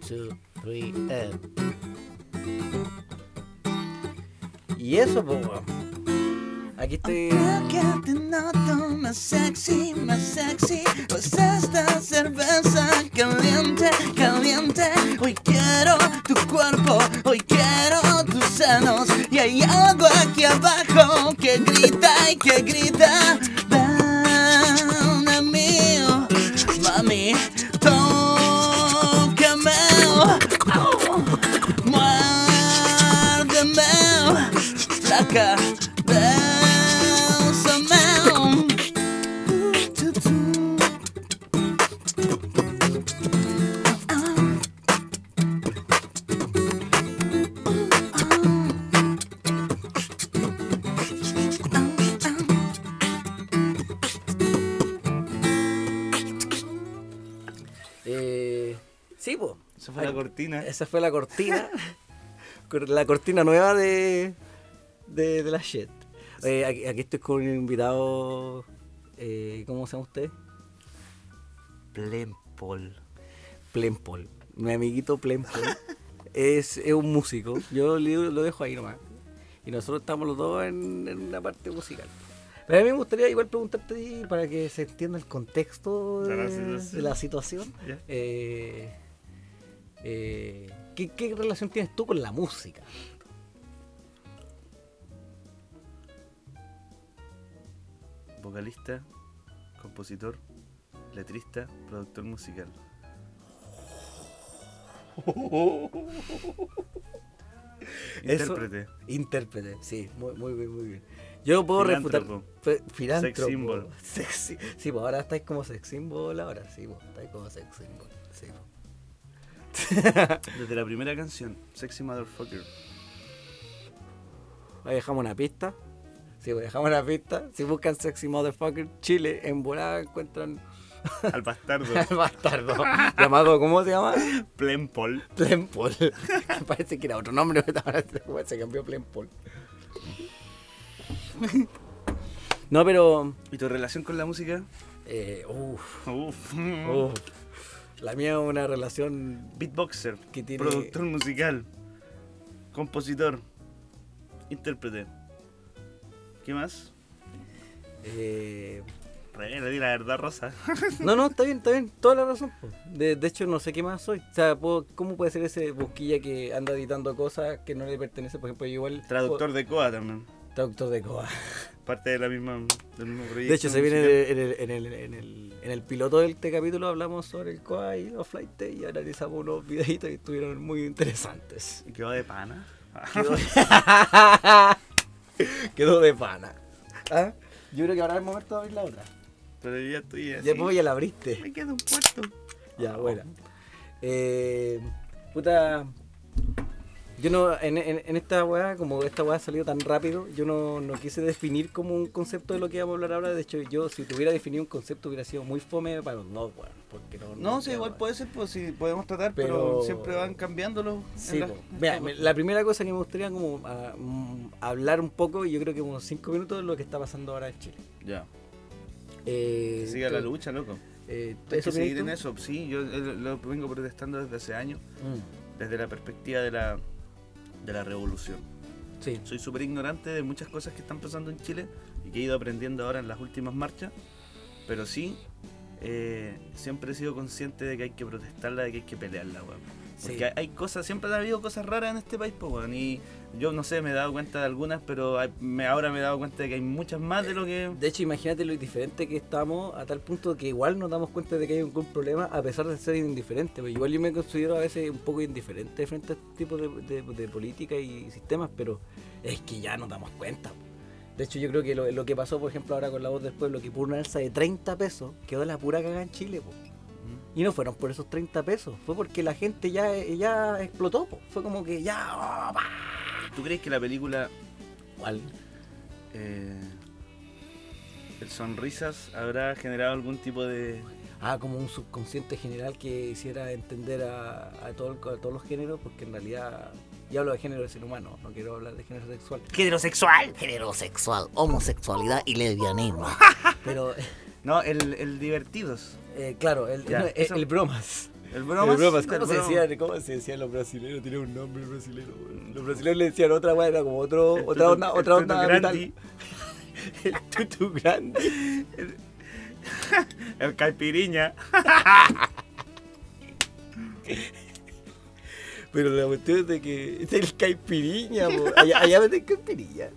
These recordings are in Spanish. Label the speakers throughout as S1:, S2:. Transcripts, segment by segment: S1: two, three, and. Y eso, pues, Aquí estoy.
S2: Creo que te noto más sexy, más sexy. Pues esta cerveza caliente, caliente. Hoy quiero tu cuerpo, hoy quiero tus senos. Y hay algo aquí abajo que grita y que grita. Ven a mí, oh, mami, tócame. Muérdeme, flaca, bésame.
S1: Eh, sí, pues.
S3: Esa fue la cortina.
S1: Esa fue la cortina. cor- la cortina nueva de, de, de la shit. Oye, aquí, aquí estoy con un invitado. eh, ¿Cómo se llama usted?
S3: Plempol.
S1: Plenpol. Mi amiguito Plenpol. es, es un músico. Yo lo, lo dejo ahí nomás. Y nosotros estamos los dos en, en una parte musical. Pero a mí me gustaría igual preguntarte a ti, para que se entienda el contexto de,
S3: De la
S1: de la situación.
S3: Ya.
S1: Eh, eh, ¿qué, qué relación tienes tú con la música?
S3: Vocalista, compositor, letrista, productor musical.
S1: Eso-
S3: Intérprete.
S1: Intérprete, sí, muy, muy bien, muy bien. Yo puedo
S3: Filántropo.
S1: refutar. Fe- filántropo.
S3: Sex symbol.
S1: Sexy. Sí, pues ahora estáis como sex symbol, ahora sí, pues estáis como sex symbol. Sí, pues. po.
S3: Desde la primera canción, Sexy Motherfucker.
S1: Ahí dejamos una pista. Sí, pues dejamos una pista. Si buscan Sexy Motherfucker Chile, en volada encuentran
S3: Al bastardo.
S1: al bastardo llamado, ¿cómo se llama?
S3: Plempol.
S1: Plenpol. Parece que era otro nombre, pero ahora se- bueno, se cambió a Plenpol. No, pero.
S3: ¿Y tu relación con la música? Oh.
S1: eh, uf,
S3: Uf.
S1: uf. La mía es una relación
S3: Beatboxer,
S1: Que tiene-
S3: productor musical, compositor, intérprete. ¿Qué más?
S1: Eh,
S3: Re, le di la verdad, Rosa.
S1: No, no, está bien, está bien, toda la razón. po. De, de hecho, no sé qué más soy. O sea, puedo- ¿cómo puede ser ese busquilla que anda editando cosas que no le pertenecen? Por ejemplo, yo igual.
S3: Traductor de COA también.
S1: puedo- traductor de coa.
S3: Parte de la misma, del mismo proyecto.
S1: De hecho, se viene
S3: musical.
S1: en el, en, el, en, el, en el piloto de este capítulo, hablamos sobre el coa y los flights y analizamos unos videitos que estuvieron muy interesantes.
S3: Y Quedó de pana.
S1: Quedó, Quedó de pana. ¿Ah? Yo creo que ahora es momento de abrir la otra.
S3: Pero yo ya estoy así.
S1: Ya, pues, ya la abriste.
S3: Me queda un puerto.
S1: Ya, buena. Eh, puta. Yo no, en, en- en esta weá, como esta weá ha salido tan rápido, yo no, no quise definir como un concepto de lo que íbamos a hablar ahora. De hecho, yo si tuviera definido un concepto hubiera sido muy fome para los dos, weón. Porque no,
S3: No, sí, igual puede ser, pues si podemos tratar, pero,
S1: Pero-
S3: siempre van cambiándolo. en
S1: Sí,
S3: las-
S1: po. Mira, me- la primera cosa que me gustaría como ah, mm, hablar un poco, y yo creo que unos cinco minutos, de lo que está pasando ahora en Chile.
S3: Ya.
S1: Eh,
S3: Que siga la
S1: tú-
S3: lucha, loco.
S1: eh,
S3: Hay
S1: ¿eso crees
S3: que seguir
S1: tú?
S3: en eso, sí. Yo eh, lo vengo protestando desde hace años.
S1: Mm,
S3: desde la perspectiva de la, de la revolución.
S1: sí.
S3: Soy súper ignorante de muchas cosas que están pasando en Chile y que he ido aprendiendo ahora en las últimas marchas, pero sí, eh, siempre he sido consciente de que hay que protestarla, de que hay que pelearla, weón. Porque
S1: Sí.
S3: hay- hay cosas, siempre ha habido cosas raras en este país, po, weón, y yo no sé, me he dado cuenta de algunas, pero hay- me- ahora me he dado cuenta de que hay muchas más de lo que...
S1: De hecho, imagínate lo indiferente que estamos a tal punto que igual nos damos cuenta de que hay algún problema a pesar de ser indiferente. Porque igual yo me considero a veces un poco indiferente frente a este tipo de, de- de política y sistemas, pero es que ya nos damos cuenta. po. De hecho, yo creo que lo, lo que pasó, por ejemplo, ahora con la voz del pueblo, que por una alza de 30 pesos quedó la pura cagada en Chile. po. Y no fueron por esos 30 pesos, fue porque la gente ya, ya explotó. po. Fue como que ya... oh, pa.
S3: ¿Tú crees que la película
S1: Igual,
S3: eh, El Sonrisas habrá generado algún tipo de...
S1: Ah, como un subconsciente general que hiciera entender a, a todo el- a todos los géneros, porque en realidad. Y hablo de género de ser humano, no quiero hablar de género sexual.
S2: Heterosexual. Heterosexual, homosexualidad y lesbianismo.
S1: Pero,
S3: No, el, el divertidos.
S1: eh, claro, el,
S3: Ya,
S1: no, el-
S3: eso-
S1: el bromas.
S3: El bromas.
S1: El bromas,
S3: el
S1: ¿cómo, se
S3: bromas.
S1: decían, ¿Cómo se decían los brasileños? Tiene un nombre brasilero. weón. Los brasileños le decían otra weá, era como otro,
S3: El
S1: otra
S3: tutu-
S1: onda,
S3: el
S1: otra
S3: tutu
S1: onda
S3: grandi,
S1: metal. El tutu grande.
S3: El caipiriña.
S1: Pero la cuestión es de que es el caipiriña, po. Allá, allá venden caipiriña.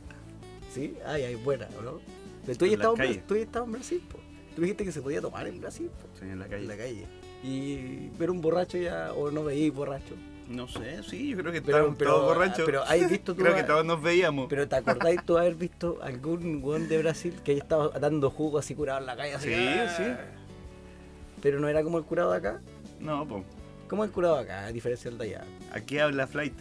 S1: ¿Sí? Ay, ay, buena, ¿no? Pero tú
S3: En
S1: ya
S3: la
S1: estabas en
S3: calle.
S1: Bra- tú ya estabas en Brasil, po. Tú dijiste que se podía tomar en Brasil, po.
S3: Sí, en la
S1: En la
S3: calle.
S1: calle. Y ver un borracho ya, o no veí borracho.
S3: No sé, sí, yo creo que
S1: Pero-
S3: estábamos
S1: pero-
S3: todos borrachos.
S1: pero ¿has visto tú
S3: Creo
S1: a-
S3: que todos nos veíamos.
S1: Pero ¿te acordáis tú haber visto algún weón de Brasil que haya estado dando jugo así curado en la calle? Así,
S3: Sí,
S1: ¡ah!
S3: sí.
S1: Pero no era como el curado de acá.
S3: No, pues.
S1: ¿Cómo el curado de acá? A diferencia del de allá.
S3: Aquí habla flight.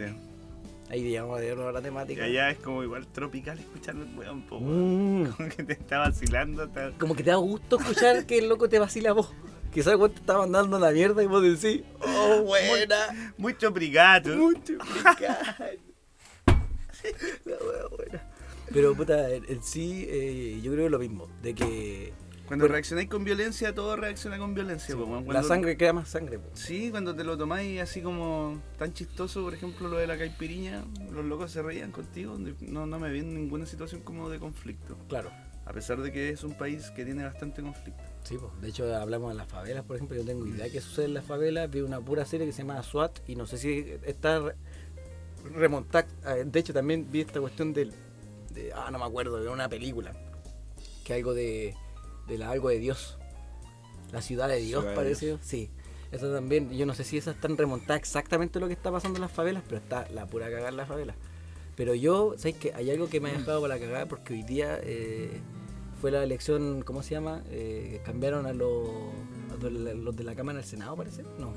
S1: Ahí digamos de nuevo la
S3: Y
S1: temática.
S3: allá es como igual tropical escucharlo, weón, po. weón.
S1: Mm.
S3: Como que te está vacilando. está-
S1: como que te da gusto escuchar que el loco te vacila a vos. Quizás vos te está mandando la mierda y vos decís, oh, buena,
S3: Mucho brigato.
S1: mucho picante". La wea buena. Pero puta, en, en sí, eh, yo creo que es lo mismo, de que
S3: Cuando reaccionáis con violencia, todo reacciona con violencia, po, weón.
S1: la
S3: Cuando-
S1: sangre crea más sangre. po.
S3: Sí, cuando te lo tomáis así como tan chistoso, por ejemplo, lo de la caipiriña, los locos se reían contigo. No, no me vi en ninguna situación como de conflicto.
S1: Claro.
S3: A pesar de que es un país que tiene bastante conflicto.
S1: Sí, po. de hecho hablamos de las favelas, por ejemplo, yo no tengo idea de qué sucede en las favelas, vi una pura serie que se llama SWAT y no sé si está re- remontar, eh, de hecho también vi esta cuestión del, de, ah, no me acuerdo, de una película, que algo de, de la, algo de Dios, la ciudad de Dios
S3: Ciudad de
S1: parece, sí, eso también, yo no sé si esa están remontada exactamente lo que está pasando en las favelas, pero está la pura cagada en las favelas. Pero yo, ¿sabes que Hay algo que me ha dejado para la cagada porque hoy día eh, fue la elección, ¿cómo se llama? Eh, cambiaron a los, a los de la- los de la Cámara del Senado, parece. No.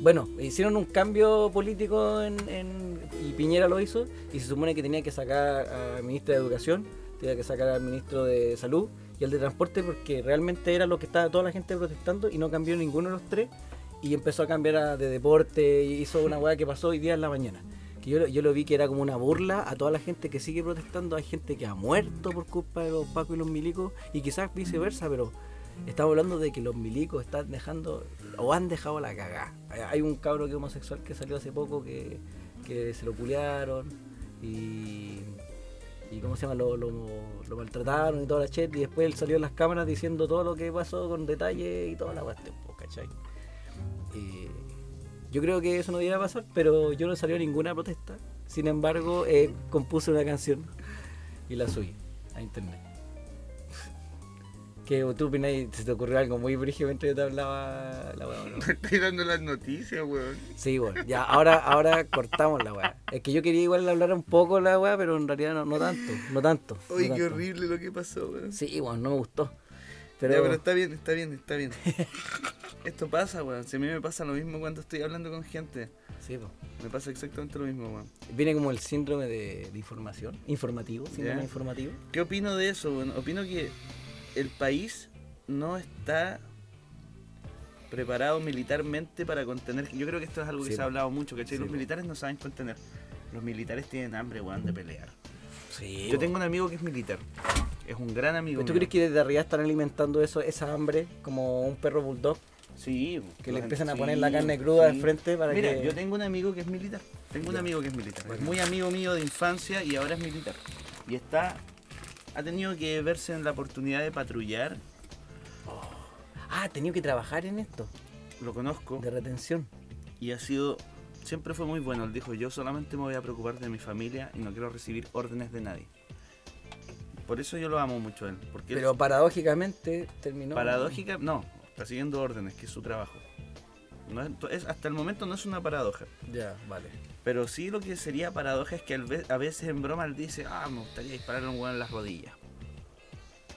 S1: Bueno, hicieron un cambio político en, en- y Piñera lo hizo y se supone que tenía que sacar al ministro de Educación, tenía que sacar al ministro de Salud y al de Transporte porque realmente era lo que estaba toda la gente protestando y no cambió ninguno de los tres y empezó a cambiar a- de deporte y hizo una hueá que pasó hoy día en la mañana. Que yo, lo- yo lo vi que era como una burla a toda la gente que sigue protestando. Hay gente que ha muerto por culpa de los pacos y los milicos y quizás viceversa, pero estamos hablando de que los milicos están dejando o han dejado la cagá. Hay- Hay un cabro que es homosexual que salió hace poco que, que se lo culearon y. Y cómo se llama, lo, lo, lo maltrataron y toda la chet, y después él salió en las cámaras diciendo todo lo que pasó con detalle y toda la cuestión, po, ¿cachai? Eh, yo creo que eso no iba a pasar, pero yo no salió a ninguna protesta. Sin embargo, eh, compuse una canción y la subí a internet. ¿Qué tú opinas? ¿Se te ocurrió algo muy brígido mientras yo te hablaba la weá? o no?
S3: Estoy dando las noticias, weón.
S1: Sí, bueno, ya, ahora, ahora cortamos la weá. Es que yo quería igual hablar un poco la weá, pero en realidad no, no tanto, no tanto. no
S3: Uy, qué
S1: tanto.
S3: horrible lo que pasó, weón.
S1: Sí, bueno, no me gustó.
S3: Pero...
S1: Pero,
S3: Ya, pero está bien, está bien, está bien. Esto pasa, weón. Si a mí me pasa lo mismo cuando estoy hablando con gente.
S1: sí, po.
S3: Me pasa exactamente lo mismo, weón.
S1: Viene como el síndrome de, de información, informativo, síndrome
S3: Ya.
S1: informativo.
S3: ¿Qué opino de eso? Bueno, opino que el país no está preparado militarmente para contener. Yo creo que esto es algo que
S1: Sí,
S3: se ha
S1: po.
S3: hablado mucho, ¿cachai?
S1: Sí,
S3: Los
S1: po.
S3: militares no saben contener. Los militares tienen hambre, weón, de pelear.
S1: Sí,
S3: Yo tengo un amigo que es militar. Es un gran amigo.
S1: ¿Pero ¿Tú
S3: mío.
S1: crees que desde arriba están alimentando eso, esa hambre como un perro bulldog?
S3: Sí.
S1: Que
S3: los
S1: le
S3: em-
S1: empiezan a
S3: sí,
S1: poner la carne cruda al frente para
S3: Mira,
S1: que-
S3: yo tengo un amigo que es militar. Tengo un amigo que es militar. Es muy amigo mío de infancia y ahora es militar. Y está... Ha tenido que verse en la oportunidad de patrullar.
S1: Ah, he tenido que trabajar en esto,
S3: Lo conozco.
S1: de retención.
S3: y ha sido siempre fue muy bueno. Él dijo, yo solamente me voy a preocupar de mi familia y no quiero recibir órdenes de nadie. Por eso yo lo amo mucho a él, porque él,
S1: Pero paradójicamente terminó.
S3: paradójica, no, está siguiendo órdenes, que es su trabajo. No es- es- hasta el momento no es una paradoja.
S1: Ya, vale.
S3: Pero sí lo que sería paradoja es que al ve- a veces en broma él dice, ah, me gustaría dispararle a un hueón en las rodillas.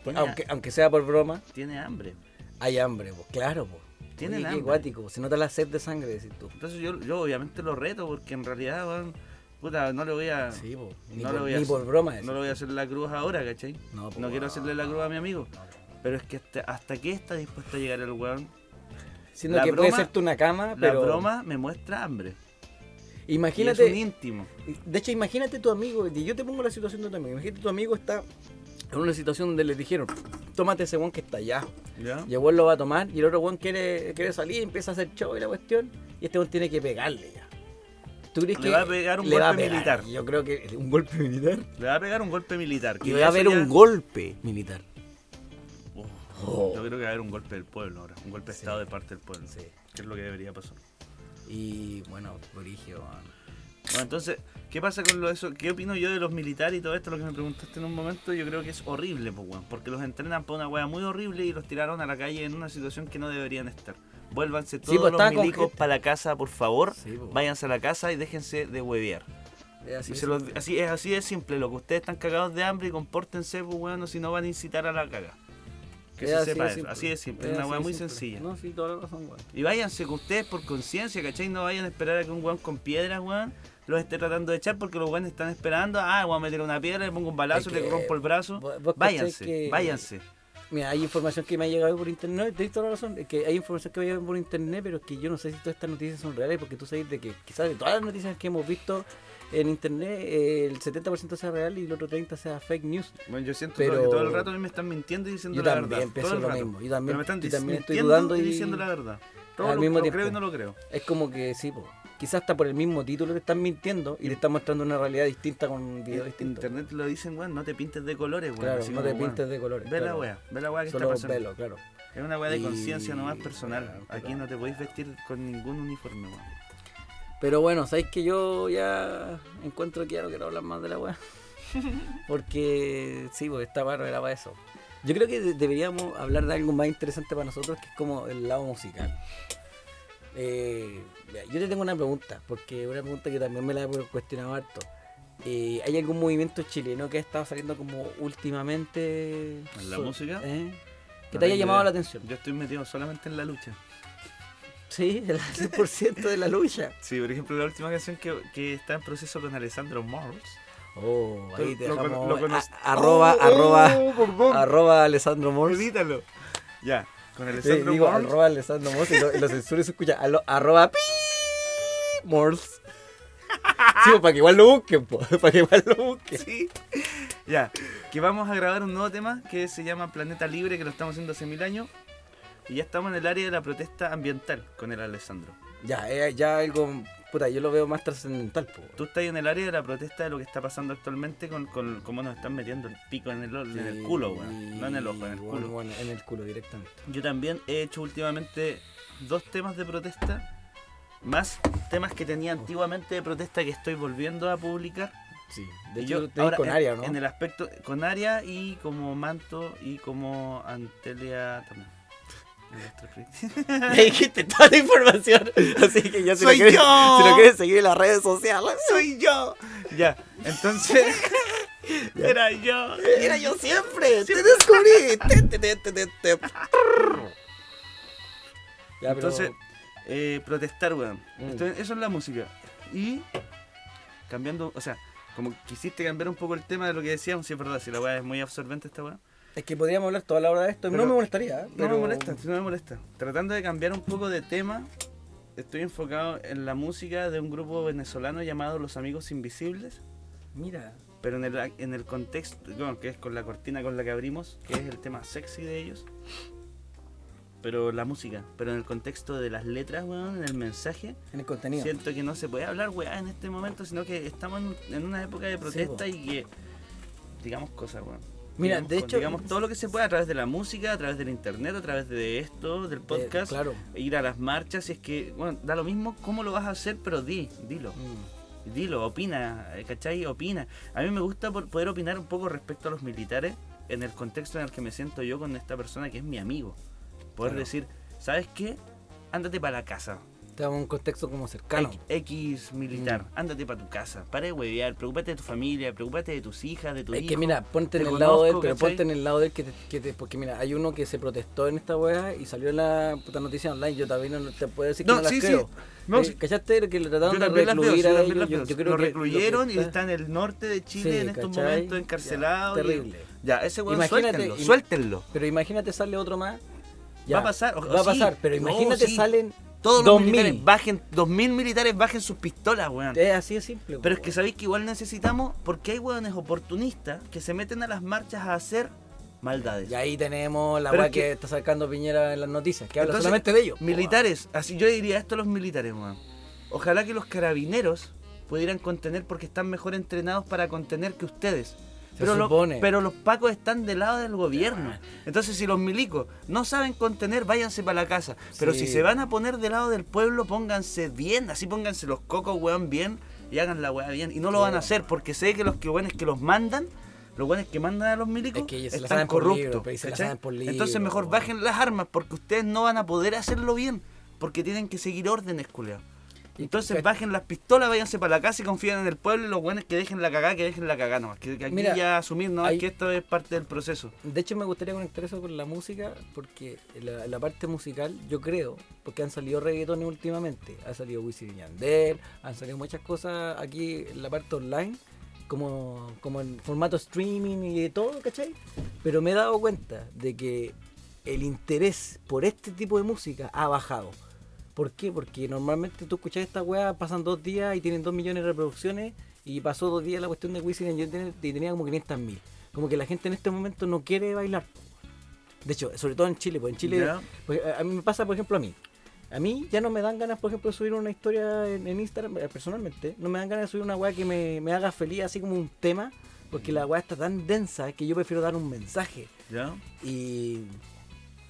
S3: Tiene,
S1: Aunque, aunque sea por broma,
S3: tiene hambre.
S1: hay hambre, pues claro, pues.
S3: Tienen
S1: Oye, qué
S3: hambre.
S1: guático, se nota la sed de sangre, decís tú.
S3: Entonces yo, yo obviamente lo reto porque en realidad, weón, puta, no le voy a...
S1: Sí, pues. Ni,
S3: No
S1: por,
S3: lo voy a
S1: ni
S3: hacer.
S1: por broma, decís
S3: No le voy a hacer la cruz ahora, ¿cachai?
S1: No,
S3: No,
S1: pues,
S3: quiero
S1: weón.
S3: hacerle la cruz a mi amigo. Pero es que hasta, hasta qué está dispuesto a llegar el weón.
S1: tú. Siendo
S3: la
S1: que
S3: broma-
S1: puede serte una cama, Ah, pero.
S3: La broma me muestra hambre. Y
S1: Imagínate.
S3: es un íntimo.
S1: De hecho, imagínate tu amigo, y yo te pongo la situación de tu amigo. Imagínate tu amigo está en una situación donde le dijeron, tómate ese weón que está allá.
S3: ¿Ya?
S1: Y el weón lo va a tomar y el otro weón quiere, quiere salir, empieza a hacer show y la cuestión. Y este weón tiene que pegarle ya. ¿Tú crees
S3: Le
S1: que
S3: va a pegar un
S1: le va a
S3: golpe
S1: pegar?
S3: militar.
S1: Yo creo que un golpe militar.
S3: Le va a pegar un golpe militar.
S1: Y
S3: que
S1: va a
S3: eso
S1: haber
S3: ya-
S1: un golpe militar.
S3: Oh,
S1: Oh.
S3: Yo creo que va a haber un golpe del pueblo ahora. Un golpe de
S1: Sí.
S3: estado de parte del pueblo.
S1: Sí.
S3: Que es lo que debería pasar.
S1: Y bueno, Borigio. weón.
S3: Bueno, entonces, ¿qué pasa con lo de eso? ¿Qué opino yo de los militares y todo esto? Lo que me preguntaste en un momento, yo creo que es horrible, pues, weón, porque los entrenan por una wea muy horrible y los tiraron a la calle en una situación que no deberían estar. Vuélvanse todos
S1: pues,
S3: los
S1: estaba con
S3: milicos
S1: gente.
S3: para la casa, por favor.
S1: Sí, pues.
S3: Váyanse a la casa y déjense de huevear.
S1: Es así
S3: Y
S1: de
S3: se los- así, es así de simple, lo que ustedes están cagados de hambre y compórtense, pues, weón, o si no van a incitar a la caga. Que
S1: Es
S3: se
S1: así
S3: sepa
S1: de
S3: eso.
S1: simple.
S3: Así de
S1: Es
S3: simple, es una
S1: así
S3: wea
S1: de
S3: muy
S1: simple.
S3: sencilla.
S1: No, sí, toda la razón, weón.
S3: Y váyanse con ustedes por conciencia, ¿cachai? No vayan a esperar a que un weón con piedras, weón, los esté tratando de echar porque los weones están esperando. Ah, weón, me tira una piedra, le pongo un balazo,
S1: Es que
S3: le rompo el brazo.
S1: vos- vos cachai
S3: váyanse,
S1: que-
S3: váyanse.
S1: Mira, hay información que me ha llegado por internet. No, te toda la razón. Es que hay información que me ha llegado por internet, pero es que yo no sé si todas estas noticias son reales, porque tú sabes de que quizás de todas las noticias que hemos visto en internet, eh, el 70% sea real y el otro 30% sea fake news.
S3: Bueno, yo siento
S1: Pero-
S3: que todo el rato a mí me están mintiendo y diciendo
S1: Yo
S3: la
S1: también
S3: verdad.
S1: pienso
S3: Todo el
S1: lo
S3: rato.
S1: mismo. Yo también-
S3: Pero me están
S1: yo
S3: dis-
S1: también estoy
S3: mintiendo
S1: dudando
S3: y
S1: y-
S3: diciendo la verdad. Todo
S1: al
S3: lo,
S1: mismo
S3: lo
S1: tiempo.
S3: creo y no lo creo.
S1: Es como que sí, po. Quizás hasta por el mismo título te están mintiendo y te están mostrando una realidad distinta con un video
S3: En
S1: distinto.
S3: internet lo dicen, weón, no te pintes de colores, weón.
S1: claro,
S3: así
S1: no
S3: como,
S1: te
S3: weón,
S1: pintes de colores.
S3: Ve la
S1: claro.
S3: weá, ve la weá que está
S1: Solo
S3: pasando.
S1: velo, claro.
S3: Es una weá de
S1: Y-
S3: conciencia nomás personal.
S1: Claro,
S3: Aquí
S1: claro.
S3: no te podéis vestir con ningún uniforme, weón.
S1: Pero bueno, sabéis que yo ya encuentro que ya no quiero hablar más de la weá. Porque sí, pues esta barra era para eso. Yo creo que de- deberíamos hablar de algo más interesante para nosotros, que es como el lado musical. Eh, mira, yo te tengo una pregunta, porque una pregunta que también me la he cuestionado harto. Eh, ¿Hay algún movimiento chileno que ha estado saliendo como últimamente?
S3: ¿En la
S1: so-
S3: música?
S1: ¿Eh? Que
S3: No
S1: te haya
S3: tengo
S1: llamado
S3: idea.
S1: la atención.
S3: Yo estoy metido solamente en la lucha.
S1: Sí, el 100% de la lucha.
S3: Sí, por ejemplo, la última canción que, que está en proceso con Alessandro Morris.
S1: Oh, ahí te
S3: Lo cono-
S1: dejamos. eh,
S3: lo conoce-
S1: a- arroba, arroba,
S3: perdón.
S1: arroba Alessandro Morse.
S3: oh. Edítalo. Ya, con
S1: Sí,
S3: Alessandro
S1: digo,
S3: Morse.
S1: arroba Alessandro Morse y lo, y lo censura y se escucha alo- arroba pi Morse. Sí, pues, para que igual lo busquen, po, para que igual lo busquen.
S3: Sí. Ya, que vamos a grabar un nuevo tema que se llama Planeta Libre, que lo estamos haciendo hace mil años. Y ya estamos en el área de la protesta ambiental con el Alessandro.
S1: Ya, eh, ya algo, puta, yo lo veo más trascendental, po.
S3: Tú estás en el área de la protesta de lo que está pasando actualmente con, con cómo nos están metiendo el pico en el, o- en el culo, weón. No en el ojo, en el
S1: Bueno,
S3: culo.
S1: bueno, en el culo directamente.
S3: Yo también he hecho últimamente dos temas de protesta, más temas que tenía antiguamente de protesta que estoy volviendo a publicar.
S1: Sí, de
S3: Y
S1: hecho,
S3: yo
S1: te di
S3: ahora
S1: con
S3: en-
S1: área, ¿no?
S3: En el aspecto con Aria y como Manto y como Antelia también.
S1: Me dijiste toda la información, así que ya si, lo
S3: ¡Soy
S1: quieres,
S3: yo!
S1: si lo quieres seguir en las redes sociales, soy yo.
S3: ya, entonces era yo.
S1: Era yo siempre, te descubrí. Te, te, te, te, te. Ya, pero
S3: Entonces, eh, protestar, weón.
S1: Mm.
S3: Entonces, eso es la música. Y cambiando, o sea, como quisiste cambiar un poco el tema de lo que decíamos, si es verdad, si la weá es muy absorbente esta weá.
S1: es que podríamos hablar toda la hora de esto.
S3: Pero-
S1: no me molestaría. ¿eh?
S3: No
S1: pero-
S3: me molesta, no me molesta. Tratando de cambiar un poco de tema, estoy enfocado en la música de un grupo venezolano llamado Los Amigos Invisibles,
S1: Mira,
S3: pero en el, en el contexto, bueno, que es con la cortina con la que abrimos, que es el tema sexy de ellos. Pero la música, pero en el contexto de las letras, weón, en el mensaje,
S1: en el contenido.
S3: siento que no se puede hablar, weá, en este momento, sino que estamos en, en una época de protesta
S1: po.
S3: y que digamos cosas, weón.
S1: Mira,
S3: Digamos
S1: de
S3: con-
S1: hecho-
S3: Digamos todo lo que se pueda a través de la música, a través del internet, a través de esto, del
S1: Eh,
S3: podcast.
S1: claro.
S3: Ir a las marchas, si es que, bueno, da lo mismo cómo lo vas a hacer, pero di, dilo,
S1: Mm,
S3: dilo, opina, eh, ¿cachai? Opina. A mí me gusta por- poder opinar un poco respecto a los militares en el contexto en el que me siento yo con esta persona que es mi amigo. Poder
S1: Claro.
S3: decir, ¿sabes qué? Ándate para la casa,
S1: Te damos un contexto como cercano.
S3: X, X militar,
S1: Mm.
S3: ándate para tu casa, para de huevear, preocupate de tu familia, preocupate de tus hijas, de tu
S1: Es
S3: hijo.
S1: que mira, ponte en
S3: Te
S1: el lado de él,
S3: conozco,
S1: pero
S3: ¿cachai?
S1: ponte en el lado de él que te, que te- porque mira, hay uno que se protestó en esta wea y salió en la puta noticia online, yo también no te puedo decir que
S3: No,
S1: no las
S3: sí, sí.
S1: creo.
S3: No,
S1: Eh,
S3: sí.
S1: ¿Cachaste? Que le trataron
S3: yo
S1: de
S3: también las veo,
S1: recluir
S3: yo
S1: a
S3: también
S1: ellos.
S3: las
S1: Yo,
S3: veo.
S1: yo creo
S3: lo
S1: que
S3: recluyeron
S1: que
S3: y está en el norte de Chile
S1: Sí,
S3: en estos
S1: ¿cachai?
S3: momentos encarcelado.
S1: Ya,
S3: y-
S1: terrible.
S3: Ya, ese weón,
S1: Imagínate,
S3: suéltenlo,
S1: im-
S3: suéltenlo.
S1: Pero imagínate sale otro más.
S3: Va a pasar, o-
S1: va a
S3: sí.
S1: pasar, pero
S3: No,
S1: imagínate
S3: sí.
S1: salen
S3: Todos los
S1: 2000.
S3: militares bajen, 2000 militares bajen sus pistolas, weón.
S1: Es así de simple.
S3: Pero es
S1: po,
S3: que sabéis que igual necesitamos, porque hay hueones oportunistas que se meten a las marchas a hacer maldades.
S1: Y ahí tenemos la
S3: Pero
S1: weá
S3: es
S1: que,
S3: que-
S1: está sacando Piñera en las noticias, que habla
S3: Entonces,
S1: solamente de ellos.
S3: Militares, así yo diría esto a los militares, weón. Ojalá que los carabineros pudieran contener porque están mejor entrenados para contener que ustedes.
S1: Se
S3: Pero, lo-
S1: supone.
S3: pero los pacos están del lado del gobierno. Entonces, si los milicos no saben contener, váyanse para la casa. Pero
S1: Sí.
S3: si se van a poner del lado del pueblo, pónganse bien. Así pónganse los cocos, weón, bien. Y hagan la weá bien. Y no lo van a hacer porque sé que los que weones que los mandan, los weones que mandan a los milicos,
S1: Es que ellos se la
S3: están
S1: saben por libro,
S3: corruptos.
S1: pues, y se la
S3: ¿cachai?
S1: saben por
S3: Entonces,
S1: libro,
S3: mejor
S1: weón.
S3: bajen las armas porque ustedes no van a poder hacerlo bien porque tienen que seguir órdenes, culiao. Entonces
S1: Cach-
S3: bajen las pistolas, váyanse para la casa y confíen en el pueblo y los buenos que dejen la cagada, que dejen la cagada nomás. Que, que aquí
S1: Mira,
S3: ya asumir no
S1: hay-
S3: que esto es parte del proceso.
S1: De hecho, me gustaría conectar eso con la música, porque la, la parte musical, yo creo, porque han salido reggaetones últimamente, ha salido Wisin y Yandel, han salido muchas cosas aquí en la parte online, como, como en formato streaming y de todo, ¿cachai? Pero me he dado cuenta de que el interés por este tipo de música ha bajado. ¿Por qué? Porque normalmente tú escuchas esta weá, pasan dos días y tienen dos millones de reproducciones y pasó dos días la cuestión de Wisin y Yandel y tenía como 500 mil. Como que la gente en este momento no quiere bailar. De hecho, sobre todo en Chile, porque en Chile
S3: Ya.
S1: pues, a a mí me pasa, por ejemplo, a mí. A mí ya no me dan ganas, por ejemplo, de subir una historia en, en Instagram, eh, personalmente. No me dan ganas de subir una weá que me, me haga feliz, así como un tema, porque la weá está tan densa que yo prefiero dar un mensaje.
S3: ¿Ya?
S1: Y,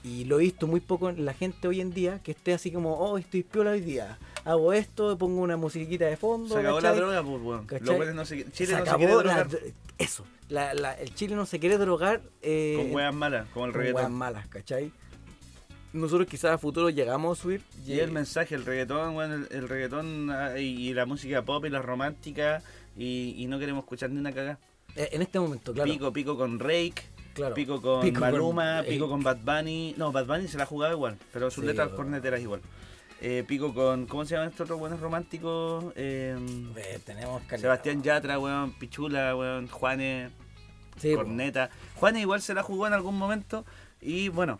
S1: y lo he visto muy poco en la gente hoy en día que esté así como, oh, estoy piola hoy día. Hago esto, pongo una musiquita de fondo.
S3: Se acabó
S1: ¿cachai?
S3: la droga, pues, weón.
S1: ¿Cachai?
S3: Los buenos no se, Chile
S1: Se
S3: no se
S1: acabó
S3: quiere
S1: la
S3: drogar
S1: dro- Eso. La- la- el Chile no se quiere drogar. eh,
S3: con weas malas, como el
S1: con weas
S3: reggaetón.
S1: malas, ¿cachai? Nosotros quizás a futuro llegamos a subir.
S3: Y el mensaje, el reggaetón, weón, el, el reggaetón ah, y, y la música pop y la romántica y, y no queremos escuchar ni una cagada.
S1: eh, en este momento, claro.
S3: Pico, pico con Rake.
S1: claro.
S3: Pico con
S1: Pico con-
S3: Maluma,
S1: eh,
S3: pico con Bad Bunny. No, Bad Bunny se la jugaba igual, pero sus
S1: Sí,
S3: letras
S1: weón.
S3: corneteras igual. Eh, pico con. ¿Cómo se este llaman estos otros buenos románticos? Eh,
S1: Eh, tenemos calidad,
S3: Sebastián
S1: weón.
S3: Yatra, weón, Pichula, weón, Juanes,
S1: Sí, po.
S3: Corneta. Juanes igual se la jugó en algún momento. Y bueno,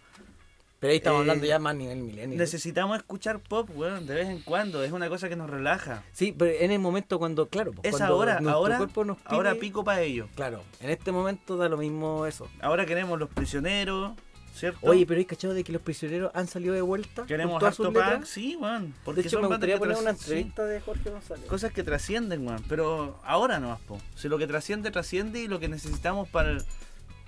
S1: Pero ahí estamos
S3: Eh,
S1: hablando ya más a nivel milenio.
S3: necesitamos escuchar pop, weón, de vez en cuando. Es una cosa que nos relaja.
S1: Sí, pero en el momento cuando, claro, po,
S3: Es
S1: cuando
S3: ahora,
S1: nuestro
S3: ahora,
S1: cuerpo nos pide-
S3: ahora pico para ello.
S1: Claro, en este momento da lo mismo eso.
S3: Ahora queremos los prisioneros, ¿cierto?
S1: Oye, pero hay cachado de que los prisioneros han salido de vuelta. con
S3: queremos
S1: todas sus
S3: harto
S1: letras?
S3: pack, sí, weón. Porque
S1: De hecho,
S3: son
S1: me
S3: bandas
S1: gustaría
S3: que
S1: poner
S3: tras-
S1: una
S3: sí.
S1: entrevista de Jorge González.
S3: cosas que trascienden, weón. Pero ahora nomás, po. Si lo que trasciende, trasciende y lo que necesitamos para,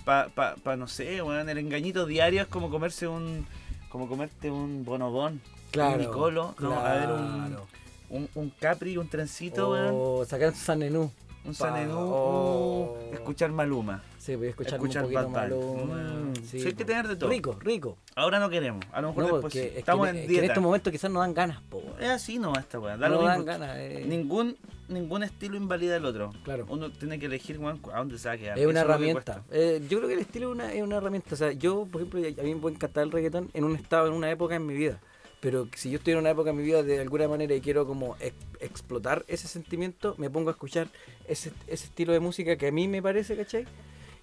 S3: para, no sé, weón, el engañito diario es como comerse un, como comerte un bonobón,
S1: Claro,
S3: un Nicolo, no, a ver, un,
S1: claro.
S3: un, un Capri, un trencito, weón,
S1: O sacar Oh, San Enú.
S3: un
S1: pa-
S3: Sanenú,
S1: oh.
S3: uh, escuchar Maluma.
S1: Sí, voy a escuchar,
S3: Escuchar
S1: un poquito
S3: Bad Bunny.
S1: Maluma.
S3: Mm, sí, hay que tener de todo.
S1: Rico, rico.
S3: Ahora no queremos, a lo mejor
S1: No,
S3: después
S1: porque
S3: sí.
S1: es que
S3: estamos
S1: me-
S3: en
S1: es que en
S3: dieta.
S1: estos momentos quizás no dan ganas, po. weón.
S3: es así nomás esta weón, da lo
S1: No
S3: mismo.
S1: dan ganas. eh.
S3: Ningún, ningún estilo invalida el otro.
S1: Claro.
S3: Uno tiene que elegir weón, a dónde se va a quedar.
S1: Es una
S3: Eso lo que
S1: herramienta.
S3: cuesta.
S1: Eh, yo creo que el estilo es una, es una herramienta. O sea, yo, por ejemplo, a mí me puede encantar el reggaetón en un estado, en una época en mi vida. Pero si yo estoy en una época en mi vida de alguna manera y quiero como ex- explotar ese sentimiento, me pongo a escuchar ese, ese estilo de música que a mí me parece, ¿cachai?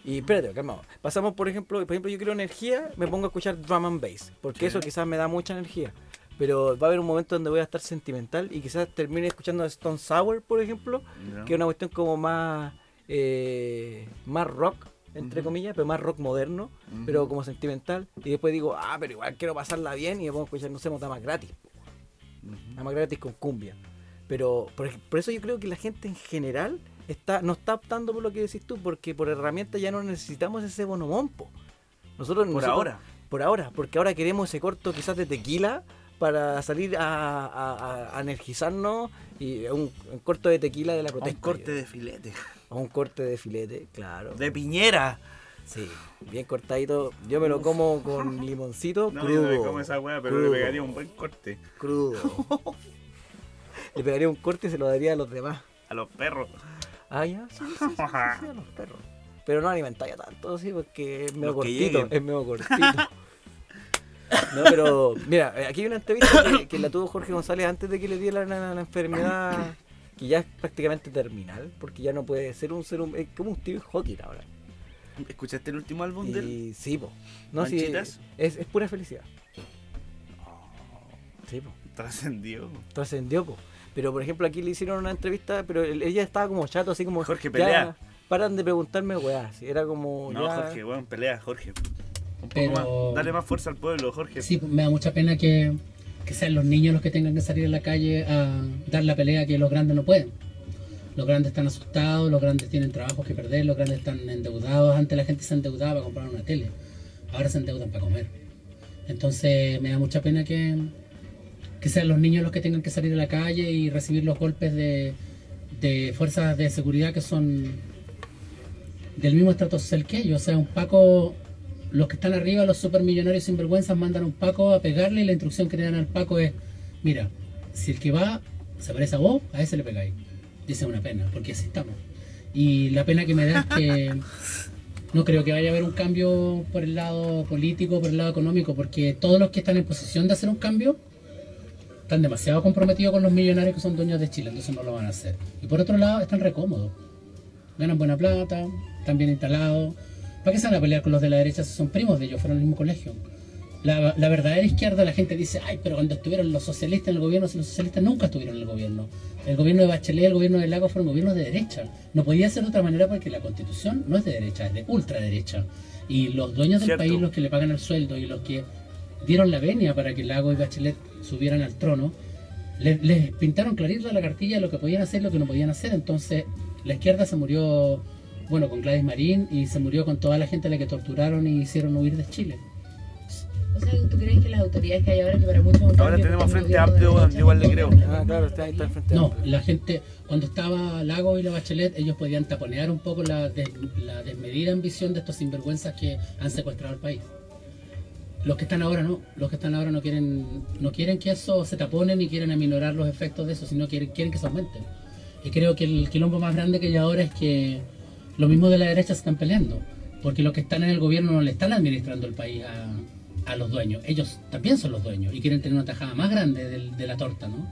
S1: Y espérate, calmado. Pasamos, por ejemplo, por ejemplo, yo quiero energía, me pongo a escuchar drum and bass, porque
S3: Sí.
S1: eso quizás me da mucha energía. Pero va a haber un momento donde voy a estar sentimental y quizás termine escuchando Stone Sour, por ejemplo,
S3: Ya.
S1: que es una cuestión como más eh, más rock entre
S3: Ujú.
S1: comillas, pero más rock moderno,
S3: Ujú.
S1: pero como sentimental. Y después digo, ah, pero igual quiero pasarla bien y me pongo a escuchar, no sé, más gratis.
S3: Ujú.
S1: Nada más gratis con cumbia. Pero por, ej- por eso yo creo que la gente en general está, no está optando por lo que decís tú, porque por herramienta ya no necesitamos ese bonomompo. Nosotros,
S3: Por
S1: nosotros-
S3: ahora.
S1: Por ahora, porque ahora queremos ese corto quizás de tequila para salir a, a- a- a energizarnos y un, un corto de tequila de la
S3: A un
S1: protesta.
S3: corte de filete.
S1: O un corte de filete, claro.
S3: De piñera.
S1: Sí, bien cortadito. Yo me lo como con limoncito
S3: No, yo
S1: crudo.
S3: no me como esa weá, pero
S1: crudo,
S3: le pegaría un buen corte
S1: Crudo. le pegaría un corte y se lo daría a los demás.
S3: a los perros.
S1: Ah, ya, sí, sí, sí, sí, sí, a los perros. Pero no alimentaría tanto, sí, porque es medio
S3: Los que
S1: cortito.
S3: lleguen.
S1: Es medio cortito. No, pero mira, eh, aquí hay una entrevista que, que la tuvo Jorge González antes de que le diera la, la enfermedad que ya es prácticamente terminal, porque ya no puede ser un ser humano, es como un Steve Hawking ahora.
S3: ¿Escuchaste el último álbum de él?
S1: Y sí, po. No, sí,
S3: ¿Manchitas?
S1: es, es pura felicidad. Oh. Sí, po.
S3: Trascendió.
S1: Trascendió, po. Pero por ejemplo, aquí le hicieron una entrevista, pero él- ella estaba como chato, así como.
S3: Jorge,
S1: ya-
S3: pelea.
S1: paran de preguntarme weas. Era como.
S3: No,
S1: Oh, ya-
S3: Jorge, weón, pelea, Jorge. Un poco
S4: Pero-
S3: más. Dale más fuerza al pueblo, Jorge.
S4: Sí, me da mucha pena que, que sean los niños los que tengan que salir a la calle a dar la pelea que los grandes no pueden. Los grandes están asustados, los grandes tienen trabajos que perder, los grandes están endeudados. Antes la gente se endeudaba para comprar una tele, ahora se endeudan para comer. Entonces me da mucha pena que, que sean los niños los que tengan que salir a la calle y recibir los golpes de, de fuerzas de seguridad que son del mismo estrato social que ellos. O sea, un Paco, los que están arriba, los supermillonarios sinvergüenzas, mandan a un Paco a pegarle y la instrucción que le dan al Paco es, mira, si el que va se parece a vos, a ese le pegáis. Y esa es una pena, porque así estamos. Y la pena que me da es que no creo que vaya a haber un cambio por el lado político, por el lado económico, porque todos los que están en posición de hacer un cambio están demasiado comprometidos con los millonarios que son dueños de Chile, entonces no lo van a hacer. Y por otro lado, están recómodos ganan buena plata, están bien instalados. ¿Para qué se van a pelear con los de la derecha si son primos de ellos, fueron al mismo colegio? La, la verdadera izquierda, la gente dice, ay, pero cuando estuvieron los socialistas en el gobierno, si los socialistas nunca estuvieron en el gobierno. El gobierno de Bachelet, el gobierno de Lago fueron gobiernos de derecha. No podía ser de otra manera porque la constitución no es de derecha, es de ultraderecha. Y los dueños del
S3: Cierto.
S4: país, los que le pagan el sueldo y los que dieron la venia para que Lago y Bachelet subieran al trono, le- les, pintaron clarito la cartilla lo que podían hacer y lo que no podían hacer. Entonces, la izquierda se murió, bueno, con Gladys Marín y se murió con toda la gente a la que torturaron y hicieron huir de Chile.
S5: O sea, ¿tú crees que las autoridades que hay ahora, que para muchos... es un
S3: Ahora
S5: cambio,
S3: tenemos
S5: porque
S3: Frente
S5: un gobierno de
S3: Amplio,
S5: derecha,
S3: yo igual le
S5: un
S3: creo.
S5: gobierno de
S1: Ah, claro, está ahí está al frente.
S4: No, la gente, cuando estaba Lago y la Bachelet, ellos podían taponear un poco la, des- la desmedida ambición de estos sinvergüenzas que han secuestrado al país. Los que están ahora no, los que están ahora no quieren, no quieren que eso se tapone ni quieren aminorar los efectos de eso, sino quieren, quieren que se aumenten. Y creo que el quilombo más grande que hay ahora es que lo mismo de la derecha se están peleando, porque los que están en el gobierno no le están administrando el país a, a los dueños, ellos también son los dueños y quieren tener una tajada más grande del- de, la torta, ¿no?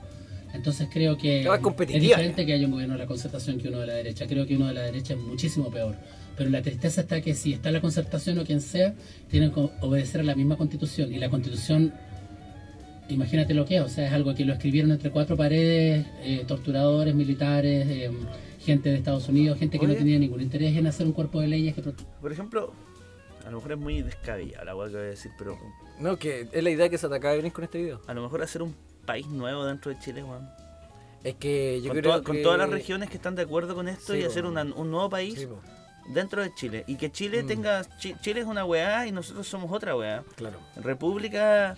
S4: Entonces creo que
S1: Que va competitiva.
S4: es diferente que haya un gobierno de la concertación que uno de la derecha, creo que uno de la derecha es muchísimo peor. Pero la tristeza está que si está la concertación o quien sea, tienen que obedecer a la misma constitución. Y la constitución Imagínate lo que es, o sea, es algo que lo escribieron entre cuatro paredes, eh, torturadores, militares, eh, gente de Estados Unidos, gente que
S3: Oye.
S4: no tenía ningún interés en hacer un cuerpo de leyes que... pro-
S3: Por ejemplo, a lo mejor es muy descabellada la weá que voy a decir, pero
S1: No, que es la idea que se atacaba de venir con este video.
S3: a lo mejor hacer un país nuevo dentro de Chile, weón.
S1: Es que yo
S3: Con,
S1: creo
S3: toda-
S1: que...
S3: con todas las regiones que están de acuerdo con esto
S1: Sí,
S3: y
S1: po.
S3: hacer una- un nuevo país
S1: Sí, po,
S3: dentro de Chile. Y que Chile
S1: Mm.
S3: tenga. Chi- Chile es una weá y nosotros somos otra weá.
S1: claro.
S3: República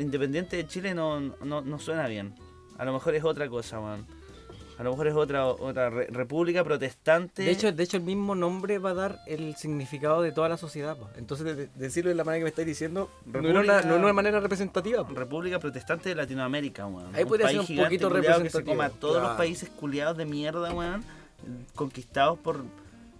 S3: Independiente de Chile no, no, no suena bien. A lo mejor es otra cosa, weón. A lo mejor es otra, otra re- república protestante.
S1: De hecho, de hecho, el mismo nombre va a dar el significado de toda la sociedad. po. Entonces, de- de- decirlo de la manera que me estáis diciendo, no, era una,
S3: República-
S1: no era una manera representativa. po.
S3: República Protestante de Latinoamérica, weón.
S1: Ahí podría ser un
S3: gigante,
S1: poquito
S3: culiao, que se
S1: representativo,
S3: coma a todos los
S1: claro.
S3: países culiados de mierda, weón. Conquistados por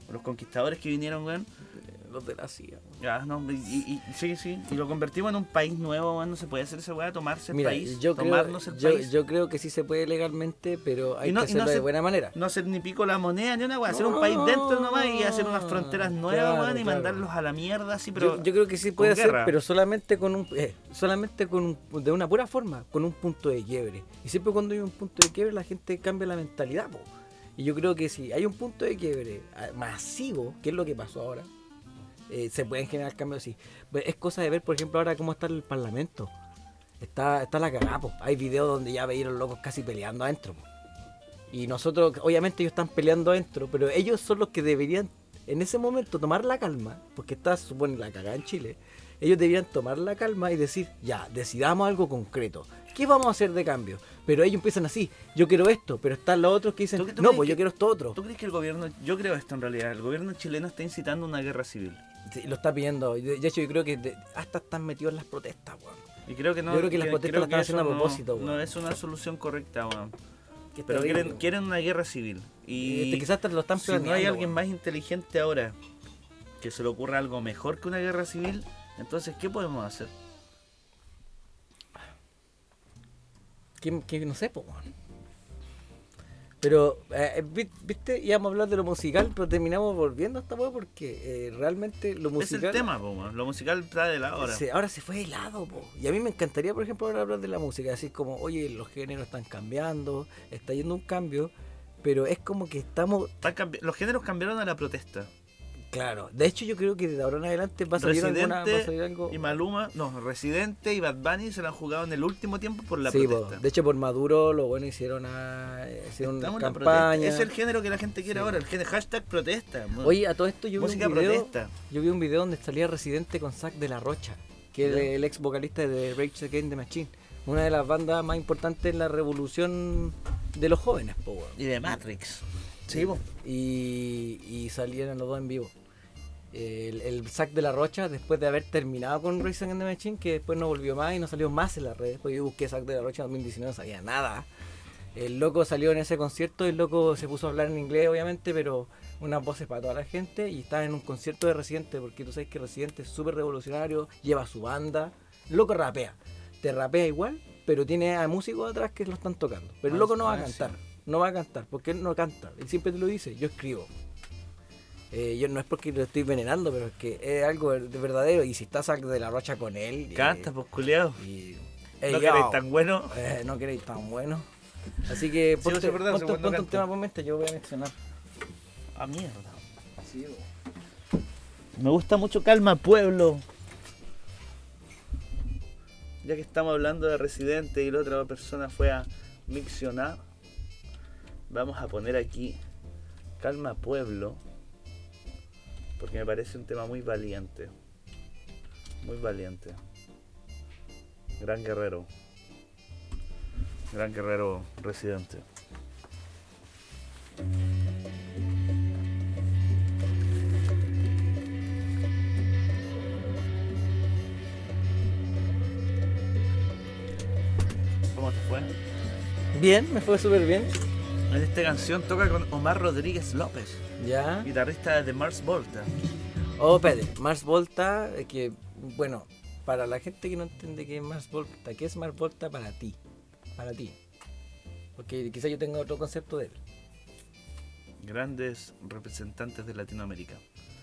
S3: por los conquistadores que vinieron, weón.
S1: eh, Los de la CIA. po.
S3: Ya, no, y, y- y- sí, sí. Y lo convertimos en un país nuevo, weón. No se puede hacer esa weá, tomarse el
S1: Mira,
S3: país.
S1: yo creo,
S3: tomarnos el
S1: yo,
S3: país.
S1: yo creo que sí se puede legalmente, pero hay
S3: Y no-
S1: que
S3: y no
S1: hacerlo de
S3: se-
S1: buena manera.
S3: No hacer ni pico la moneda ni una weá. Hacer
S1: No,
S3: un país dentro nomás y hacer unas fronteras nuevas,
S1: claro,
S3: weón. Y
S1: claro.
S3: mandarlos a la mierda, así, pero.
S1: yo, yo creo que sí
S3: con
S1: puede ser,
S3: guerra.
S1: pero solamente con un eh, solamente con un- de una pura forma, con un punto de quiebre. Y siempre cuando hay un punto de quiebre la gente cambia la mentalidad, po. Y yo creo que si hay un punto de quiebre ah, masivo, que es lo que pasó ahora, eh, se pueden generar cambios así. Pero Es cosa de ver, por ejemplo, ahora cómo está el parlamento. Está, está la cagada, po. Hay videos donde ya veían los locos casi peleando adentro, po. Y nosotros, obviamente ellos están peleando adentro, pero ellos son los que deberían en ese momento tomar la calma, porque está, se supone, la cagada en Chile. Ellos deberían tomar la calma y decir, ya, decidamos algo concreto. ¿Qué vamos a hacer de cambio? Pero ellos empiezan así, yo quiero esto, pero están los otros que dicen,
S3: ¿Tú- tú
S1: no,
S3: crees
S1: pues yo
S3: que-
S1: quiero esto otro.
S3: ¿Tú crees que el gobierno.? Yo creo esto en realidad. El gobierno chileno está incitando una guerra civil.
S1: Sí, lo está pidiendo. De de hecho, yo creo que de- hasta están metidos en las protestas, weón.
S3: Y creo que no.
S1: Yo creo que las protestas las están
S3: eso
S1: haciendo a
S3: no-
S1: propósito, weón.
S3: No es una solución correcta, weón.
S1: Que es
S3: Pero
S1: terrible,
S3: quieren,
S1: weón.
S3: quieren una guerra civil. Y
S1: Este, quizás hasta lo están
S3: si no hay
S1: planeando,
S3: alguien
S1: weón.
S3: más inteligente ahora que se le ocurra algo mejor que una guerra civil, entonces, ¿qué podemos hacer?
S1: que, que no sé, po, weón. Pero, eh, vi- viste, íbamos a hablar de lo musical, pero terminamos volviendo a esta weá porque eh, realmente lo musical.
S3: Es el tema, po, weón. lo musical está de la hora.
S1: Se, ahora se fue de lado, po. Y a mí me encantaría, por ejemplo, ahora hablar de la música, así como, oye, los géneros están cambiando, está yendo un cambio, pero es como que estamos.
S3: Están cambi- Los géneros cambiaron a la protesta.
S1: Claro, de hecho, yo creo que de ahora en adelante va a salir, alguna, va a salir
S3: Residente
S1: algo.
S3: y Maluma, no, Residente y Bad Bunny se la han jugado en el último tiempo por la
S1: sí, po.
S3: protesta.
S1: de hecho, por Maduro, los buenos hicieron, a, hicieron
S3: Estamos en la
S1: campaña.
S3: protesta. Es el género que la gente quiere ahora, el género hashtag protesta. bueno.
S1: Oye, a todo esto yo vi, un
S3: Mm. música
S1: video,
S3: protesta.
S1: yo vi un video donde salía Residente con Zack de la Rocha, que es el ex vocalista de Rage Against the Machine, una de las bandas más importantes en la revolución de los jóvenes, po, weón.
S3: Y de Matrix.
S1: Sí, po. y, y salieron los dos en vivo. El, el Zack de la Rocha, después de haber terminado con Rage Against the Machine, que después no volvió más y no salió más en las redes, porque yo busqué Zack de la Rocha en 2019, no sabía nada. El loco salió en ese concierto, el loco se puso a hablar en inglés, obviamente, pero unas voces para toda la gente y estaba en un concierto de Residente, porque tú sabes que Residente es súper revolucionario, lleva su banda, el loco rapea, te rapea igual, pero tiene a músicos atrás que lo están tocando, pero el loco no va a cantar, no va a cantar, porque él no canta, él siempre te lo dice, yo escribo. Eh, yo no es porque lo estoy venenando, pero es que es algo de verdadero. Y si estás de la rocha con él. eh,
S3: Canta, pues culiao.
S1: y,
S3: no
S1: Ey,
S3: queréis
S1: yo.
S3: tan bueno.
S1: Eh, no queréis tan bueno. Así que
S3: Sí,
S1: ponte,
S3: eso es verdad,
S1: ponte-
S3: eso cuando
S1: ponte un
S3: canta.
S1: tema por mente, yo voy a mencionar.
S3: A Ah, mierda. Me gusta mucho Calma Pueblo. Ya que estamos hablando de Residente y la otra persona fue a Miccionar, vamos a poner aquí Calma Pueblo. Porque me parece un tema muy valiente. Muy valiente. Gran guerrero. Gran guerrero residente. ¿Cómo te fue?
S1: Bien, me fue súper bien.
S3: En esta canción toca con Omar Rodríguez López,
S1: Ya.
S3: guitarrista de Mars Volta.
S1: Oh, espérate, Mars Volta, eh, que bueno, para la gente que no entiende qué es Mars Volta, ¿qué es Mars Volta para ti? Para ti. Porque quizá yo tenga otro concepto de él.
S3: Grandes representantes de Latinoamérica.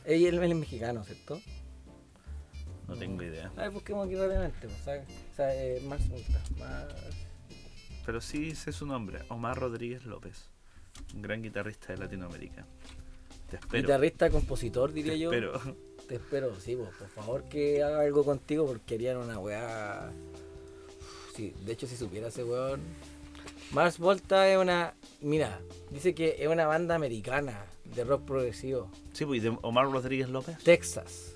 S1: Ey, Él, él es mexicano, ¿cierto?
S3: No tengo idea.
S1: pues, A ver, busquemos aquí rápidamente. O sea, o sea, eh, Mars Volta. Mars-
S3: Pero sí sé su nombre, Omar Rodríguez López. Un gran guitarrista de Latinoamérica. Te espero.
S1: Guitarrista, compositor, diría
S3: te
S1: yo.
S3: espero.
S1: Te espero, sí, po, por favor que haga algo contigo porque harían una weá. Sí, de hecho, si supiera ese weón. Mars Volta es una. Mira, dice que es una banda americana de rock progresivo,
S3: Sí, pues, ¿y de Omar Rodríguez López.
S1: Texas.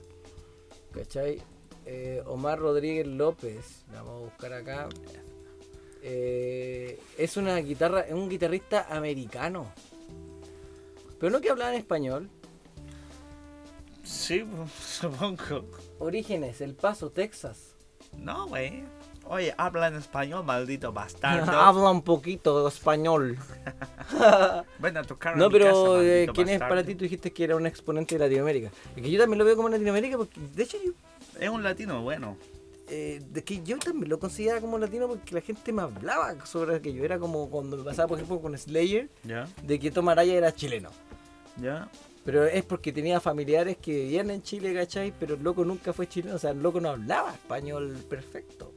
S1: ¿Cachai? Eh, Omar Rodríguez López, la vamos a buscar acá. Eh, es una guitarra, es un guitarrista americano. Pero no que hablaba en español.
S3: Sí, pues, supongo.
S1: Orígenes, El Paso, Texas.
S3: No, güey. Oye, habla en español, maldito bastardo.
S1: Habla un poquito español.
S3: Ven a tocar a
S1: No,
S3: mi casa,
S1: pero eh,
S3: maldito
S1: ¿quién es
S3: bastardo.
S1: para ti? Tú dijiste que era un exponente de Latinoamérica. Es que yo también lo veo como Latinoamérica, porque de hecho yo,
S3: Es un latino bueno.
S1: eh, de que yo también lo consideraba como latino porque la gente me hablaba sobre aquello. Era como cuando me pasaba, por ejemplo, con Slayer,
S3: ¿Ya?
S1: de que Tom Araya era chileno.
S3: ¿Ya?
S1: Pero es porque tenía familiares que vivían en Chile, ¿cachai? Pero el loco nunca fue chileno, o sea, el loco no hablaba español perfecto.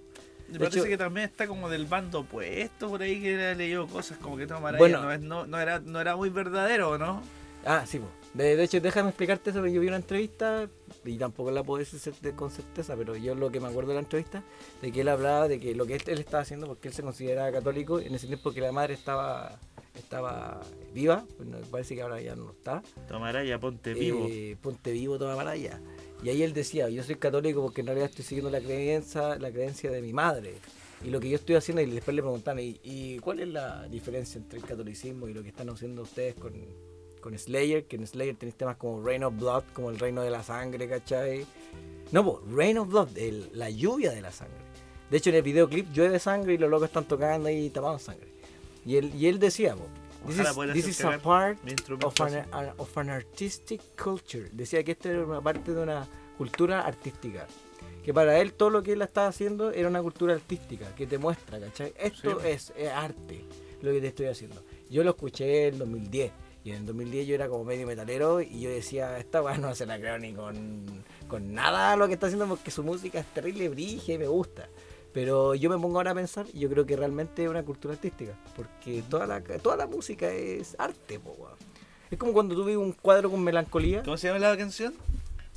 S3: Me
S1: De
S3: parece
S1: hecho-
S3: que también está como del bando opuesto por ahí que le leyó cosas como que Tom Araya
S1: Bueno.
S3: no, es- no, no era, no era muy verdadero, ¿no?
S1: Ah, sí, po. de, de hecho, déjame explicarte eso, porque yo vi una entrevista, y tampoco la puedo decir certe- con certeza, pero yo lo que me acuerdo de la entrevista, de que él hablaba de que lo que él, él estaba haciendo, porque él se consideraba católico, en ese tiempo que la madre estaba, estaba viva, bueno, parece que ahora ya no está,
S3: Tom Araya, ponte
S1: eh,
S3: vivo.
S1: Ponte vivo, toma para allá. Y ahí él decía, yo soy católico porque en realidad estoy siguiendo la creencia, la creencia de mi madre. Y lo que yo estoy haciendo, y después le preguntaron, ¿y, y cuál es la diferencia entre el catolicismo y lo que están haciendo ustedes con, con Slayer? Que en Slayer tenéis temas como Reign of Blood, como el reino de la sangre, ¿cachai? No, po, Rain of Blood, el- la lluvia de la sangre. De hecho, en el videoclip llueve sangre y los locos están tocando y tapaban sangre. Y él, y él decía, po, this
S3: Ojalá
S1: is-
S3: pudiera
S1: this
S3: hacer
S1: is a
S3: cagar
S1: part
S3: mi instrumento
S1: of an, an- of an artistic culture. Decía que esta era una parte de una cultura artística. Que para él todo lo que él estaba haciendo era una cultura artística, que te muestra, ¿cachai? Esto
S3: Sí.
S1: es, es arte, lo que te estoy haciendo. Yo lo escuché en 2010. Y en el 2010 yo era como medio metalero y yo decía, esta weá no se la creo ni con, con nada lo que está haciendo porque su música es terrible, brige, me gusta. Pero yo me pongo ahora a pensar, yo creo que realmente es una cultura artística, porque toda la, toda la música es arte, po, weón. Es como cuando tú ves un cuadro con melancolía,
S3: ¿Cómo se llama la canción?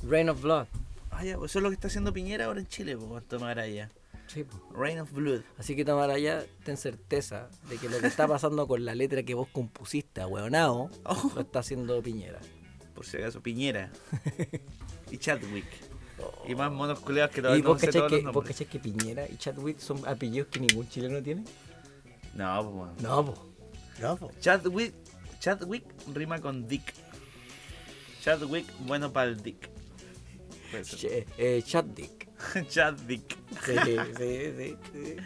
S1: Rain of Blood.
S3: Ah, ya, pues eso es lo que está haciendo Piñera ahora en Chile, pues, tomar allá.
S1: Sí, po.
S3: Rain of Blood.
S1: Así que Tamara, ya ten certeza de que lo que está pasando con la letra que vos compusiste, weonao,
S3: Oh.
S1: lo está haciendo Piñera.
S3: Por si acaso, Piñera. y Chadwick. Y más monos culeados que
S1: Oh.
S3: todavía
S1: y
S3: no
S1: vos
S3: sé
S1: cachás
S3: todos
S1: que,
S3: los
S1: vos
S3: nombres.
S1: cachás que Piñera y Chadwick son apellidos que ningún chileno tiene.
S3: No, pues bueno.
S1: No, po. No, po.
S3: Chadwick, Chadwick rima con Dick. Chadwick, bueno para el Dick. Puede ser.
S1: Ch- eh, Chadwick.
S3: Chadwick.
S1: Sí, sí, sí. sí.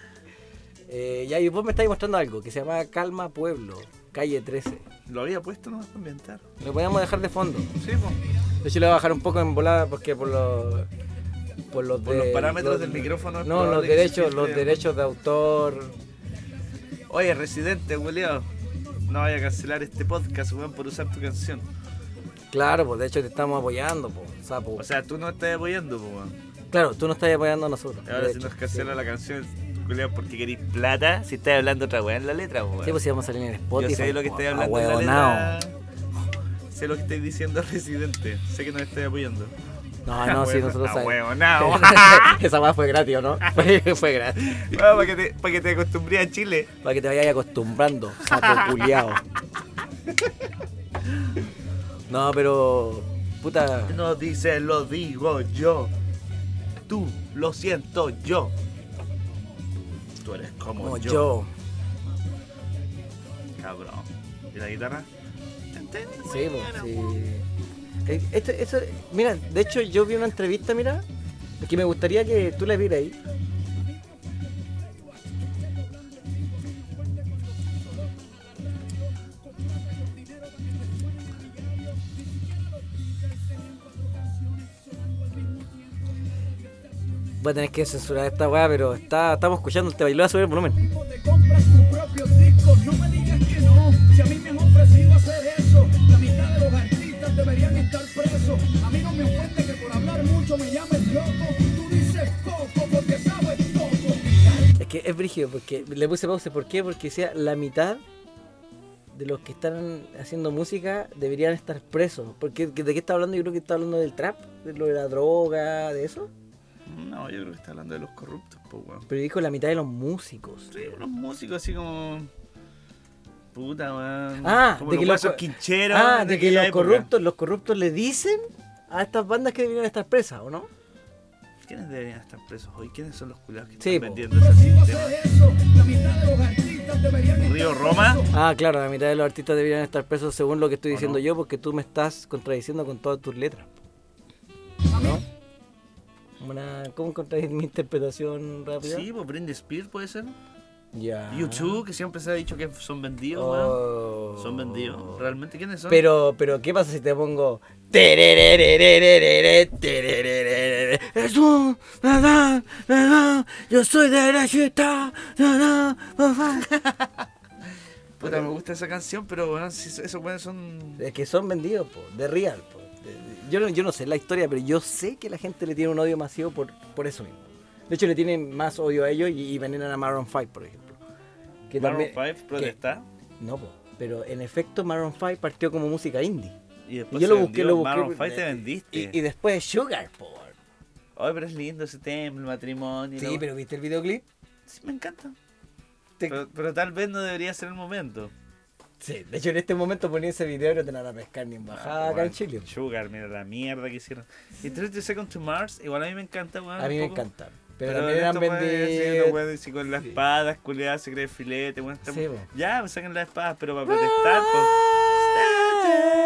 S1: Eh, ya, y vos me estáis mostrando algo que se llama Calma Pueblo, calle 13.
S3: Lo había puesto, no para ambientar.
S1: Lo podemos dejar de fondo.
S3: Sí, pues.
S1: De hecho, le voy a bajar un poco en volada porque por los. Por los,
S3: Por los
S1: de-
S3: parámetros del micrófono es
S1: No,
S3: probable
S1: los
S3: que
S1: derechos,
S3: se
S1: los
S3: filtre.
S1: derechos de autor.
S3: Oye, residente, Julio. No vaya a cancelar este podcast, weón, por usar tu canción.
S1: Claro, pues de hecho te estamos apoyando, po, sapo.
S3: O sea, tú no estás apoyando, pues, weón.
S1: claro, tú no estás apoyando a nosotros.
S3: Ahora
S1: de
S3: si
S1: hecho.
S3: nos cancela la canción, Julio, porque querís plata, si estás hablando otra weá en la letra, pues, weón.
S1: Sí, pues si vamos a salir en
S3: Yo
S1: Spotify.
S3: sé lo que
S1: po,
S3: estáis hablando en la
S1: ahueonao.
S3: letra. Sé lo que estáis diciendo, residente. Sé que nos estáis apoyando.
S1: No, Ah, no, sí, nosotros sabemos.
S3: Ahueonao.
S1: Esa más fue gratis, ¿o no? Fue, fue gratis.
S3: Bueno, para que te, para que te acostumbré a Chile.
S1: Para que te vayas acostumbrando, sapo culiao. No, pero. Puta.
S3: No dice, lo digo yo. Tú, lo siento yo. Tú eres como,
S1: Como
S3: yo.
S1: yo.
S3: Cabrón. ¿Y la guitarra? Tin, tin,
S1: Sí, pues, sí. Eh, Esto, esto- mira, de hecho yo vi una entrevista, mira, que me gustaría que tú la vieras ahí. Voy a tener que censurar esta weá, pero está, estamos escuchando el tema y le voy a subir el volumen.
S6: te compras tus propios discos, no me digas que no. Si a mí me han ofrecido hacer eso, la mitad de los artistas deberían estar presos. A mí no me ofende que por hablar mucho me llames loco. Tú dices poco porque sabes poco.
S1: Es que es brígido, porque le puse pausa. ¿Por qué? Porque decía la mitad de los que están haciendo música deberían estar presos. Porque ¿de qué está hablando? Yo creo que está hablando del trap, de lo de la droga, de eso.
S3: tin. No, yo creo que está hablando de los corruptos, pues, weón.
S1: Pero dijo la mitad de los músicos.
S3: Sí, unos músicos así como. Puta, weón.
S1: Ah,
S3: como
S1: de
S3: los
S1: que los
S3: guasos
S1: co-
S3: quincheros.
S1: Ah, de que
S3: aquella
S1: los
S3: época.
S1: corruptos, los corruptos le dicen a estas bandas que deberían estar presas, ¿o no?
S3: ¿Quiénes deberían estar presos hoy? ¿Quiénes son los culiados que
S1: Sí,
S3: están
S1: po.
S3: vendiendo ese sistema?
S6: Hacer eso, la mitad de los artistas deberían estar
S3: Río Roma.
S1: Ah, claro, la mitad de los artistas deberían estar presos según lo que estoy
S3: ¿O
S1: diciendo
S3: no?
S1: yo, porque tú me estás contradiciendo con todas tus letras. ¿No? Una, ¿Cómo contradices mi interpretación rápida?
S3: Sí, pues Britney Spears puede ser.
S1: Ya.
S3: YouTube, que siempre se ha dicho que son vendidos, weón.
S1: Ah. Oh.
S3: Son vendidos. ¿Realmente quiénes son?
S1: Pero, pero, ¿qué pasa si te pongo? tererererererere, tererererere? Es un- na, na, na, na, Yo soy de la ciudad. na, na, na, na.
S3: Puta, me gusta esa canción, pero weón, si so- esos weones son.
S1: Es que son vendidos, po, de real. po. De- de- Yo no, yo no sé la historia, pero yo sé que la gente le tiene un odio masivo por, por eso mismo. De hecho, le tienen más odio a ellos y, y veneran a Maroon 5, por ejemplo. Que
S3: Maroon
S1: también-
S3: 5 protesta.
S1: que- no, po, pero en efecto Maroon 5 partió como música indie.
S3: Y
S1: Y
S3: después
S1: yo
S3: Pues se
S1: lo busqué,
S3: vendió.
S1: lo busqué.
S3: Maroon 5 te
S1: eh,
S3: vendiste.
S1: Y, y después Sugar, por.
S3: Ay, pero es lindo ese tema, el matrimonio. la
S1: Sí,
S3: weá.
S1: pero ¿viste el videoclip?
S3: Sí, me encanta.
S1: Te-
S3: Pero, pero tal vez no debería ser el momento.
S1: Sí, de hecho en este momento ponía ese video y no te van a pescar ni embajada acá
S3: Ah, Weón,
S1: en Chile.
S3: Sugar, mira la mierda que hicieron. Y 30 Seconds to Mars, igual a mí me encanta, weón.
S1: A mí me
S3: un poco.
S1: encanta. Pero, también
S3: eran
S1: eran vendidos.
S3: vendidos. con las espadas, culiadas, se cree filete, weón. estamos-
S1: Sí, weón. Ah.
S3: Ya, pues saquen las espadas, pero para protestar, pues.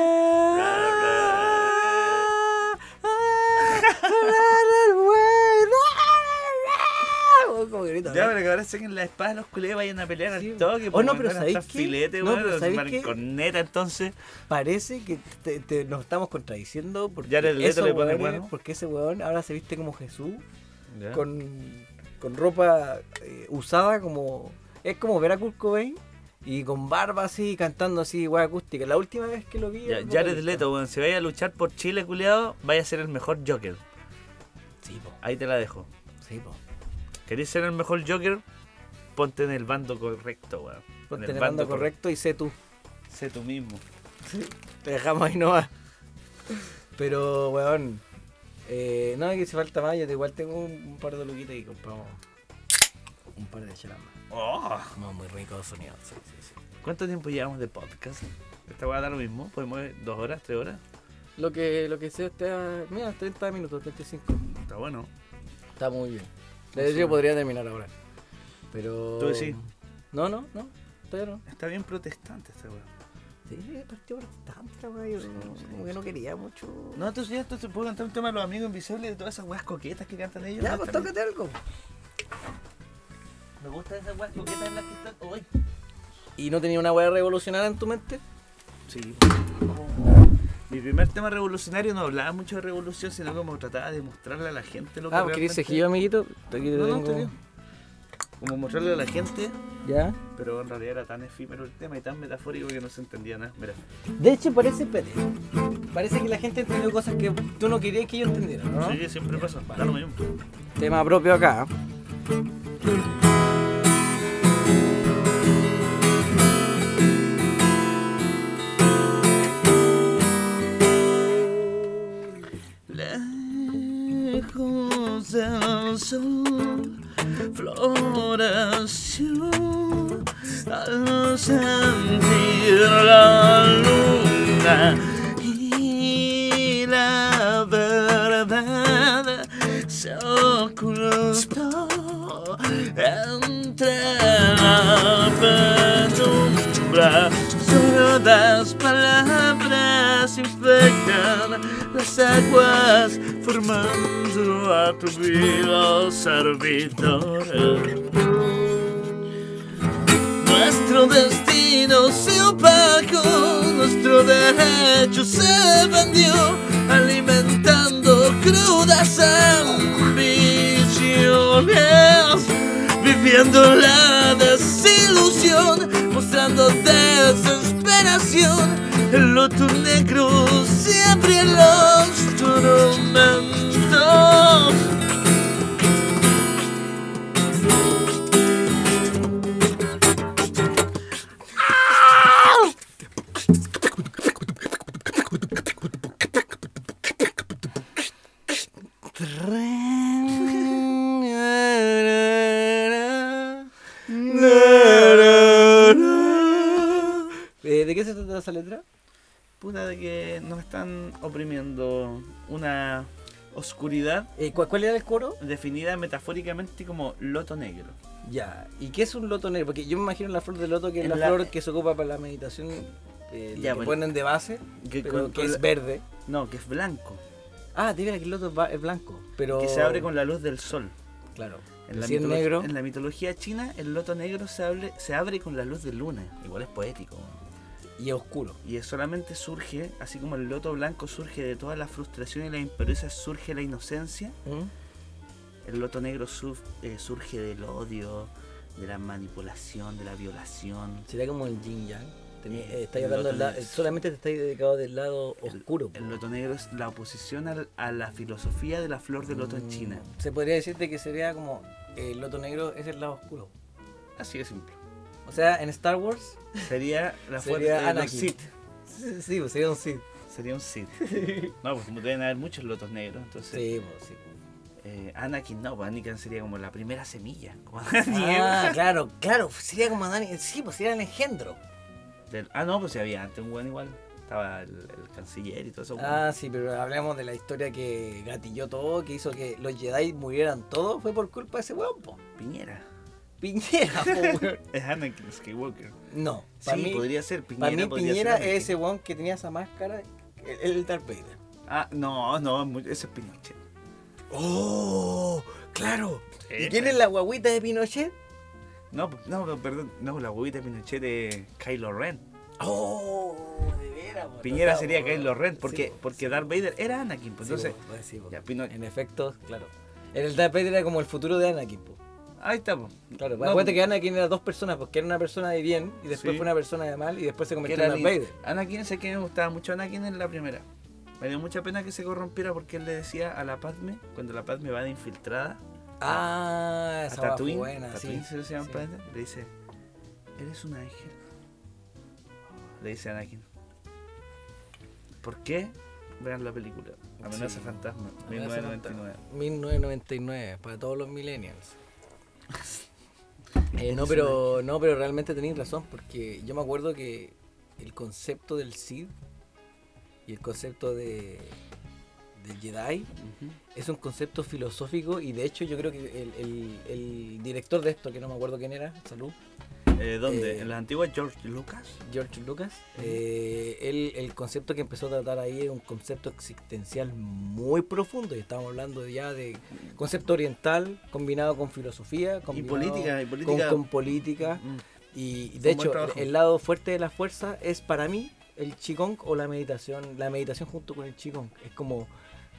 S1: Como grita,
S3: Ya,
S1: ¿no?
S3: pero que ahora saquen las espadas, los culiados vayan a pelear
S1: Sí,
S3: al toque.
S1: oh,
S3: pues,
S1: no,
S3: weón,
S1: pero
S3: van a
S1: ¿sabéis
S3: estar
S1: qué?
S3: filete,
S1: No,
S3: weón,
S1: pero
S3: los
S1: ¿sabéis qué?
S3: mariconeta, entonces.
S1: Parece que te- te- nos estamos contradiciendo porque,
S3: Ya el Leto
S1: esos
S3: le pone
S1: hueones-
S3: bueno.
S1: porque ese weón ahora se viste como Jesús con, con ropa eh, usada como... Es como ver a Kurt Cobain y con barba así, cantando así, weá acústica. La última vez que lo vi...
S3: Ya,
S1: era
S3: Jared
S1: vocalista.
S3: Leto, weón, si vaya a luchar por Chile, culiado, vaya a ser el mejor Joker.
S1: Sí, po,
S3: Ahí te la dejo.
S1: sí, po.
S3: ¿Querés ser el mejor Joker? Ponte en el bando correcto, weón.
S1: Ponte en el bando correcto y sé tú.
S3: correcto. Sé tú mismo.
S1: Te dejamos ahí nomás. Pero, weón. Eh, no, que si falta más, yo te- igual tengo un, un par de luquitas y compramos un par de chelas más.
S3: Oh,
S1: No, muy rico sonido. Sí, sí, sí.
S3: ¿Cuánto tiempo llevamos de podcast? Esta weá da lo mismo. Podemos ir dos horas, tres horas.
S1: Lo que, lo que sea, está, mira, 30 minutos, 35.
S3: Está bueno.
S1: Está muy bien. De hecho, yo podría terminar ahora. Pero.
S3: Tú decís.
S1: No, no, no. Todavía no.
S3: Está bien protestante esta weá.
S1: Sí, partió bastante, weón. Yo no- como que no quería mucho.
S3: No, entonces ya entonces puedo cantar un tema de los amigos invisibles de todas esas weas coquetas que cantan ellos.
S1: Ya,
S3: ¿no?
S1: pues
S3: También.
S1: tócate algo.
S3: Me gustan esas weas coquetas en las que están hoy.
S1: ¿Y no tenía una weá revolucionaria en tu mente?
S3: Sí. pues. Mi primer tema revolucionario no hablaba mucho de revolución, sino como trataba de mostrarle a la gente lo que
S1: Ah, porque dice
S3: realmente-
S1: que yo, amiguito. Aquí te
S3: No, no,
S1: tengo-
S3: está bien. Como mostrarle a la gente,
S1: Ya.
S3: pero en realidad era tan efímero el tema y tan metafórico que no se entendía nada. Mira.
S1: De hecho, parece. espérate, Parece que la gente entendió cosas que tú no querías que ellos entendieran, ¿no?
S3: Sí, siempre pasa. Da lo mismo.
S1: Tema propio acá.
S3: Lejos del sol floreció al sentir la luna y la verdad se ocultó entre um la penumbra. Solo las palabras infectan las aguas formando a tu vida servidores. Nuestro destino se opacó, nuestro derecho se vendió, alimentando crudas ambiciones, viviendo la desilusión, mostrando desesperación. El loto negro siempre los tormentos.
S1: Eh, ¿De qué se trata esa letra?
S3: Puta de que nos están oprimiendo una oscuridad
S1: Eh, ¿cu- ¿Cuál era el coro?
S3: definida metafóricamente como loto negro.
S1: Ya. ¿Y qué es un loto negro? Porque yo me imagino la flor de loto que es
S3: En
S1: la,
S3: la-
S1: flor que se ocupa para la meditación. eh, la
S3: Ya,
S1: que
S3: bueno.
S1: ponen de base,
S3: Que
S1: pero
S3: con-
S1: que
S3: con
S1: es
S3: la-
S1: verde.
S3: No, que es blanco,
S1: Ah, de veras que el loto es ba- es blanco. Pero...
S3: que se abre con la luz del sol.
S1: Claro.
S3: En la,
S1: si es
S3: mitolo-
S1: negro.
S3: en la mitología china, el loto negro se abre, se abre con la luz de luna. Igual es poético.
S1: y es oscuro.
S3: Y es- solamente surge, así como el loto blanco surge de toda la frustración y la impureza, surge la inocencia. El loto negro su- eh, surge del odio, de la manipulación, de la violación.
S1: Sería como el yin yang. Tení-
S3: Eh,
S1: eh, estáis
S3: el
S1: hablando del
S3: loto
S1: la-
S3: negro.
S1: solamente te estáis dedicado del lado oscuro. po.
S3: El loto negro es la oposición al- a la filosofía de la flor de loto en China.
S1: Mm, Se podría decirte que sería como eh, el loto negro es el lado oscuro.
S3: Así de simple.
S1: O sea, en Star Wars
S3: Sería la fuerza
S1: Sería
S3: de los
S1: Anakin.
S3: Sith.
S1: sí, sí, pues, sería un Sith.
S3: Sería un Sith. No, pues deben haber muchos lotos negros. Entonces,
S1: Sí, pues, sí.
S3: eh, Anakin no, pues Anakin sería como la primera semilla. Como
S1: Ah, claro, claro, sería como Dani, sí, pues sería el engendro.
S3: Del- ah, no, pues si había antes un buen igual. Estaba el, el canciller y todo eso.
S1: Ah, sí, pero hablamos de la historia que gatilló todo, que hizo que los Jedi murieran todos, fue por culpa de ese weón, po.
S3: Piñera.
S1: Piñera, po, weón.
S3: Es Anakin Skywalker.
S1: No, para
S3: sí,
S1: mí,
S3: podría ser Piñera.
S1: para mí
S3: podría ser
S1: Piñera
S3: Anakin.
S1: es ese weón que tenía esa máscara, el, el Darth Vader.
S3: Ah, no, no, es muy- ese es Pinochet.
S1: ¡Oh! ¡Claro!
S3: Sí.
S1: ¿Y quién es la guaguita de Pinochet?
S3: No, pues, no, no, perdón. No, la huevita de Pinochet es Kylo Ren.
S1: ¡Oh! De veras, po,
S3: Piñera
S1: no,
S3: sería
S1: po,
S3: Kylo
S1: weón.
S3: Ren
S1: Sí,
S3: porque,
S1: po,
S3: porque Darth Vader era Anakin. Pues,
S1: sí,
S3: entonces,
S1: po, pues, sí, po.
S3: ya, Pino-
S1: En efecto, claro. El Darth Vader era como el futuro de Anakin, po.
S3: ahí estamos.
S1: Claro,
S3: No,
S1: acuérdate que
S3: pues,
S1: Anakin era dos personas, porque era una persona de bien y después
S3: Sí.
S1: fue una persona de mal y después se
S3: que
S1: convirtió
S3: era
S1: en Darth
S3: li-
S1: Vader.
S3: Anakin, sé que me gustaba mucho Anakin en la primera. Me dio mucha pena que se corrompiera porque él le decía a la Padme, cuando la Padme va de infiltrada,
S1: Ah, esa
S3: a
S1: va
S3: Tatooine,
S1: buena,
S3: Tatooine
S1: sí.
S3: se pues. llama
S1: sí.
S3: planeta, le dice, eres un ángel. Le dice a Anakin. ¿Por qué? Vean la película. Amenaza
S1: Sí.
S3: Fantasma,
S1: Amenaza
S3: 1999.
S1: 1999, para todos los millennials. Eh, no, pero, no, pero realmente tenéis razón, porque yo me acuerdo que el concepto del Cid y el concepto de, del Jedi es un concepto filosófico y de hecho yo creo que el, el- el director de esto, que no me acuerdo quién era, salud,
S3: Eh, ¿Dónde?
S1: Eh,
S3: ¿En las antiguas George Lucas?
S1: George Lucas, eh, él- el concepto que empezó a tratar ahí es un concepto existencial muy profundo y estamos hablando ya de concepto oriental combinado con filosofía,
S3: Y
S1: combinado
S3: política, y
S1: con-
S3: política.
S1: Con, política
S3: Mm.
S1: y, y
S3: Fue un
S1: de
S3: buen
S1: hecho el,
S3: trabajo.
S1: el lado fuerte de la fuerza es para mí el qigong o la meditación, la meditación junto con el qigong, es como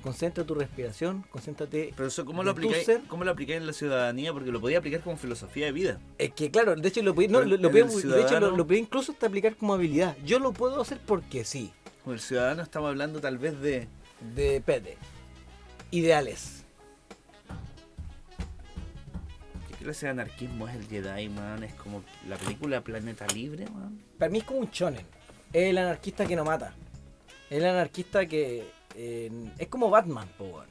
S1: concentra tu respiración, concéntrate
S3: Pero eso, ¿cómo
S1: de
S3: lo,
S1: tu
S3: aplicáis,
S1: ser.
S3: ¿cómo lo aplicáis en la ciudadanía? Porque lo podía aplicar como filosofía de vida.
S1: Es que claro, de hecho lo podía, no,
S3: Pero
S1: lo, lo podía-
S3: el
S1: de hecho, lo,
S3: ciudadano-
S1: lo podía incluso hasta aplicar como habilidad. Yo lo puedo hacer porque sí.
S3: Con el ciudadano estamos hablando tal vez de...
S1: de Pete. Ideales.
S3: ¿Qué clase de anarquismo es el Jedi, man? Es como la película Planeta Libre, man.
S1: Para mí es como un chonen. Es el anarquista que no mata. Es el anarquista que. eh, es como Batman, po, weón.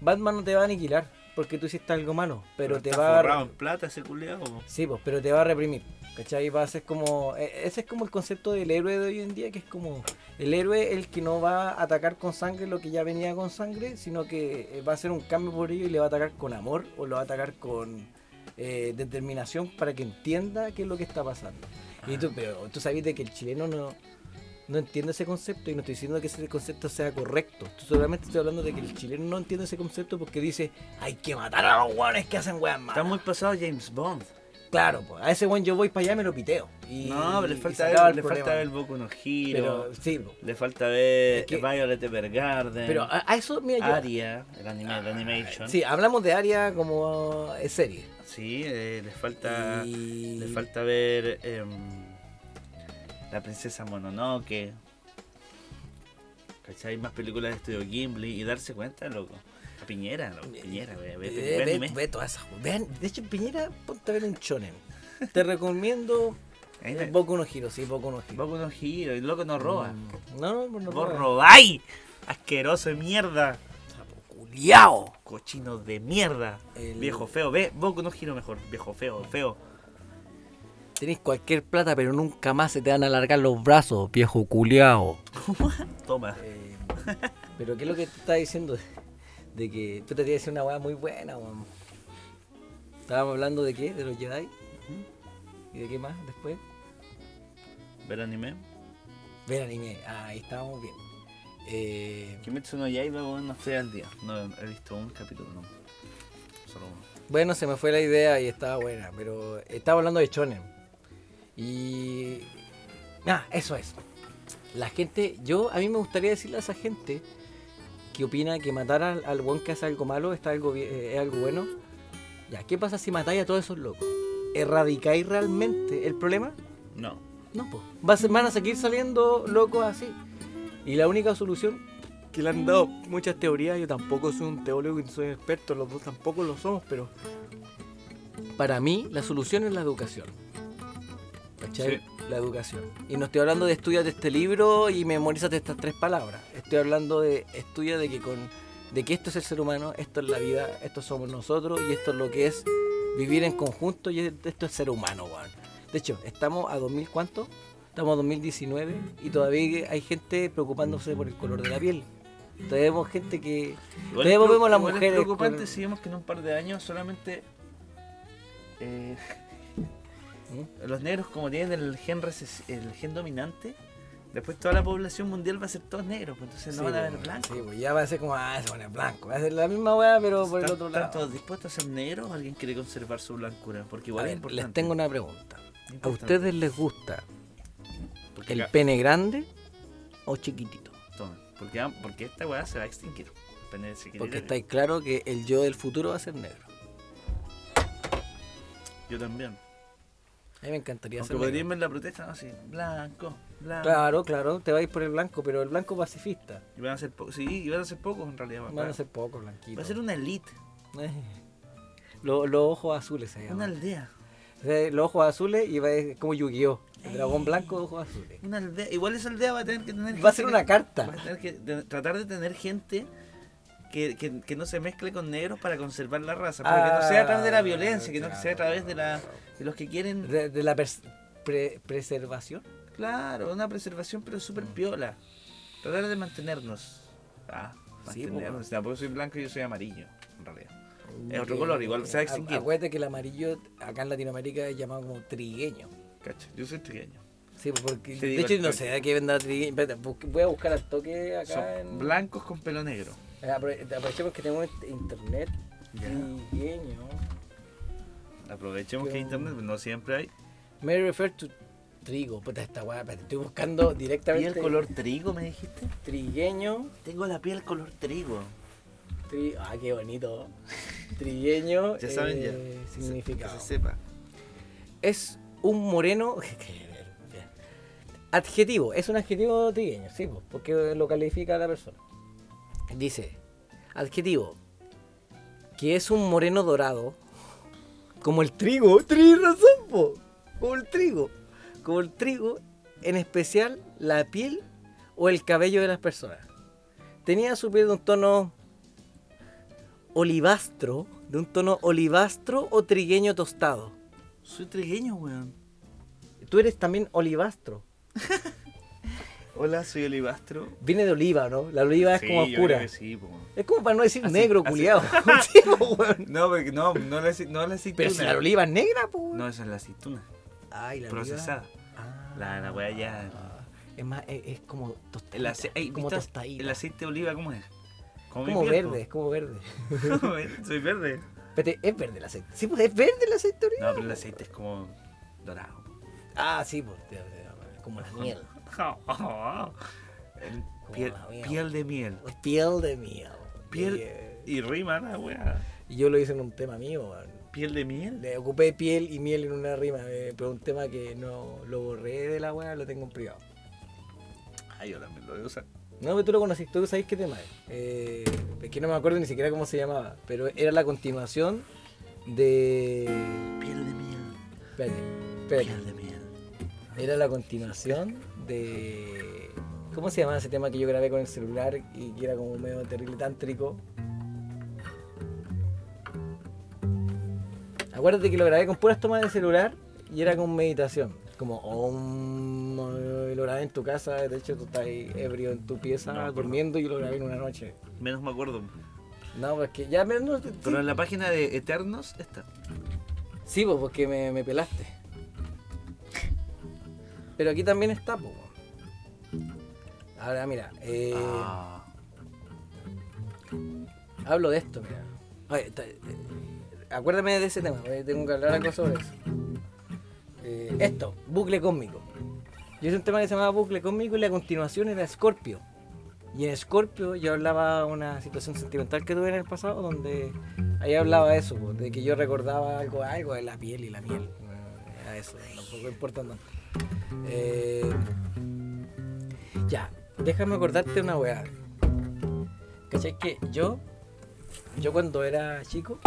S1: Batman no te va a aniquilar porque tú hiciste algo malo, pero, te
S3: está
S1: va
S3: forrado
S1: a.
S3: en plata ese culiao. po.
S1: Sí, pues, pero te va a reprimir. ¿Cachai? Va a ser como. e- Ese es como el concepto del héroe de hoy en día, que es como. El héroe el que no va a atacar con sangre lo que ya venía con sangre, sino que eh, va a hacer un cambio por ello y le va a atacar con amor o lo va a atacar con eh, determinación para que entienda qué es lo que está pasando. Y
S3: Ah.
S1: tú, pero tú sabes de que el chileno no, no entiende ese concepto y no estoy diciendo que ese concepto sea correcto. Tú solamente estoy hablando de que el chileno no entiende ese concepto porque dice hay que matar a los hueones que hacen hueones malas.
S3: Está muy pasado James Bond.
S1: Claro, pues, a ese buen yo voy para allá y me lo piteo. Y,
S3: no, pero le
S1: y
S3: falta
S1: se acaba
S3: ver, le
S1: problema.
S3: falta ver Boku no Hero.
S1: Pero, sí, po.
S3: Le falta ver
S1: Es que-
S3: Violet Evergarden.
S1: pero a, a eso, mira, yo,
S3: Aria, el anime, el animation.
S1: Sí, hablamos de área como eh, serie.
S3: Sí, eh, le falta.
S1: Y-
S3: Le falta ver. em, la princesa Mononoke. ¿Cachai? Más películas de estudio Gimli y darse cuenta, loco. A Piñera, loco. Piñera, ve, ve, ve
S1: Eh, ve,
S3: anime.
S1: ve todas esas. Vean, de hecho, Piñera, ponte a ver un chonen. Te recomiendo
S3: Ahí
S1: eh,
S3: ve.
S1: Boku no Hiro, sí, Boku no Hiro.
S3: Boku no Hero, el loco no roba.
S1: Mm, No, no, no.
S3: Vos
S1: roba.
S3: robáis, asqueroso de mierda.
S1: Sapo culiao.
S3: Cochino de mierda.
S1: El-
S3: Viejo feo, ve, Boku no Hero mejor. Viejo feo, feo.
S1: Tenés cualquier plata, pero nunca más se te van a alargar los brazos, viejo culiao.
S3: Toma.
S1: Eh, pero qué es lo que te estaba diciendo de que tú te tienes una weá muy buena, weón. Estábamos hablando de qué, de los Jedi. ¿Y de qué más después?
S3: Ver anime.
S1: Ver anime, ah, ahí estábamos bien. Eh,
S3: Kimetsu no Yaiba, weón, no estoy al día. No he visto un capítulo, no. Solo uno.
S1: bueno, se me fue la idea y estaba buena, pero estaba hablando de Shonen. Y. Ah, eso es. La gente, yo, a mí me gustaría decirle a esa gente que opina que matar al, al weón que hace algo malo está algo, bien- eh, es algo bueno. Ya, ¿qué pasa si matáis a todos esos locos? ¿Erradicáis realmente el problema?
S3: No.
S1: No, po. Va a ser- van a seguir saliendo locos así. Y la única solución que le han dado muchas teorías, yo tampoco soy un teólogo y no soy experto, los dos tampoco lo somos, pero para mí la solución es la educación. ¿Cachai?
S3: Sí.
S1: La educación. Y no estoy hablando de estudiar este libro y memorízate estas tres palabras. Estoy hablando de estudia de que con de que esto es el ser humano, esto es la vida, esto somos nosotros y esto es lo que es vivir en conjunto y esto es ser humano, weón. De hecho, estamos a 2000 cuánto? Estamos a 2019 y todavía hay gente preocupándose por el color de la piel. Todavía vemos gente que...
S3: Igual
S1: todavía
S3: es
S1: vemos a las
S3: igual es
S1: mujeres...
S3: preocupante
S1: con-
S3: si vemos que en un par de años solamente. eh, Los negros, como tienen el gen, reces- el gen dominante, después toda la población mundial va a ser todos negros, pues entonces
S1: Sí,
S3: no van a
S1: pues,
S3: haber blancos.
S1: sí, pues, ya va a ser como, ah, se pone blanco. Va a ser la misma weá, pero por el
S3: ¿Están-
S1: otro
S3: están
S1: lado.
S3: todos dispuestos a ser negros o alguien quiere conservar su blancura? Porque igual
S1: A
S3: es
S1: ver,
S3: importante.
S1: les tengo una pregunta. ¿A
S3: Importante.
S1: ustedes les gusta
S3: Porque
S1: el
S3: acá-
S1: pene grande o chiquitito?
S3: Tomen, porque, am- porque esta weá se va a extinguir. Pene de chiquitito.
S1: Porque estáis claro que el yo del futuro va a ser negro.
S3: Yo también.
S1: A mí me encantaría
S3: Aunque
S1: ser negro.
S3: podrían ver la protesta, no así, blanco, blanco.
S1: Claro, claro, te vais por el blanco, pero el blanco pacifista.
S3: Y van a ser pocos, sí, y van a ser pocos en realidad.
S1: Van a ser pocos blanquitos.
S3: Va a ser una elite.
S1: Eh, Lo- los ojos azules se
S3: Una
S1: llama.
S3: aldea.
S1: O sea, los ojos azules y va es como Yu-Gi-Oh! El dragón blanco, ojos azules.
S3: Una aldea. Igual esa aldea va a tener que tener.
S1: Va a ser
S3: gente
S1: una
S3: que-
S1: carta.
S3: Va a tener que de- tratar de tener gente que, que- que no se mezcle con negros para conservar la raza. Pero que no sea a través de la
S1: Ah,
S3: violencia, que no que sea a
S1: claro.
S3: través de, la, de los que quieren.
S1: De, de la pers- pre- preservación.
S3: Claro, una preservación, pero súper
S1: Mm.
S3: piola. Tratar de mantenernos. Ah,
S1: Sí, pues,
S3: mantenernos. Tampoco soy blanco, yo soy amarillo, en realidad. Es otro color, igual se va a extinguir.
S1: Acuérdate que el amarillo acá en Latinoamérica es llamado como trigueño.
S3: Cacha, yo soy trigueño.
S1: Sí, pues, porque
S3: Te
S1: de
S3: digo
S1: hecho
S3: el
S1: no
S3: toque.
S1: sé a qué vendrá trigueño. Espérate, busque- Voy a buscar al toque acá.
S3: Son
S1: en-
S3: blancos con pelo negro.
S1: Eh, apro- Aprovechemos que tenemos este internet.
S3: Ya.
S1: Trigueño.
S3: Aprovechemos que
S1: Pero-
S3: internet no siempre hay.
S1: Me refer to trigo. Puta esta weá, espérate, estoy buscando directamente.
S3: ¿Piel color trigo, me dijiste?
S1: Trigueño.
S3: Tengo la piel color trigo.
S1: Tri... Ah, qué bonito. Trigueño.
S3: Ya saben ya.
S1: eh, Significado.
S3: Que se sepa.
S1: Es un moreno. Adjetivo, es un adjetivo trigueño, sí, po, porque lo califica la persona. Dice, adjetivo, que es un moreno dorado, como el trigo, tienes razón, po, como el trigo, como el trigo, en especial la piel o el cabello de las personas. Tenía su piel de un tono olivastro, de un tono olivastro o trigueño tostado.
S3: Soy trigueño, weón.
S1: Tú eres también olivastro.
S3: Hola, soy olivastro.
S1: Viene de oliva, ¿no? La oliva
S3: Sí,
S1: es como
S3: yo
S1: oscura.
S3: creo que sí, po.
S1: Es como para no decir
S3: Así-
S1: negro,
S3: así.
S1: culiado. Sí, po, weón.
S3: No, porque no, no la, aci- no la aceituna.
S1: Pero si la oliva es negra, pues.
S3: No, esa es la aceituna.
S1: Ay, la oliva-
S3: procesada.
S1: Ah.
S3: La- la weá ya-
S1: Es más, es, es como tostadita.
S3: El, ace- Ey,
S1: es como
S3: ¿viste?
S1: tostadita.
S3: el aceite de oliva, ¿cómo es? Como, mi
S1: como
S3: piel,
S1: verde, es como verde.
S3: po. Como verde, Soy verde.
S1: Espérate, es verde el aceite. Sí, pues es verde el aceite de oliva.
S3: No, pero el aceite es como dorado.
S1: Ah, sí, pues. te- te- Como la miel.
S3: El
S1: Como
S3: piel,
S1: la mía.
S3: piel de miel.
S1: Piel de miel.
S3: Piel.
S1: Y, eh,
S3: Y rima la weá.
S1: Yo lo hice en un tema mío, weón.
S3: Piel de miel.
S1: Le ocupé piel y miel en una rima, eh, pero un tema que no lo borré de la weá, lo tengo en privado.
S3: Ay, yo también lo voy a usar.
S1: No, pero tú lo conociste, tú sabes qué tema es. Eh, es que no me acuerdo ni siquiera cómo se llamaba, pero era la continuación de.
S3: Piel de miel.
S1: Espérate, espérate.
S3: Piel de miel.
S1: Era la continuación de. ¿Cómo se llamaba ese tema que yo grabé con el celular y que era como medio terrible tántrico? Acuérdate que lo grabé con puras tomas de celular y era con meditación. Como om, y lo grabé en tu casa, de hecho tú estás ahí ebrio en tu pieza
S3: No, perdón.
S1: durmiendo y lo grabé en una noche.
S3: Menos me acuerdo.
S1: No, pues que ya me. no, sí,
S3: Pero en la página de Eternos está.
S1: sí, pues porque me, me pelaste. Pero aquí también está, pues. weón. Ahora mira, eh,
S3: Ah.
S1: hablo de esto, mira. Oye, ta- eh, acuérdame de ese tema, eh, tengo que hablar algo sobre eso. Eh, esto, bucle cósmico. Yo hice un tema que se llamaba bucle cósmico y la continuación era Scorpio. Y en Scorpio yo hablaba una situación sentimental que tuve en el pasado donde ahí hablaba eso, po, de que yo recordaba algo, algo de la piel y la miel. Eh, Era eso, tampoco importa tanto. Eh, ya, déjame acordarte una weá. ¿Cachai que yo, yo cuando era chico,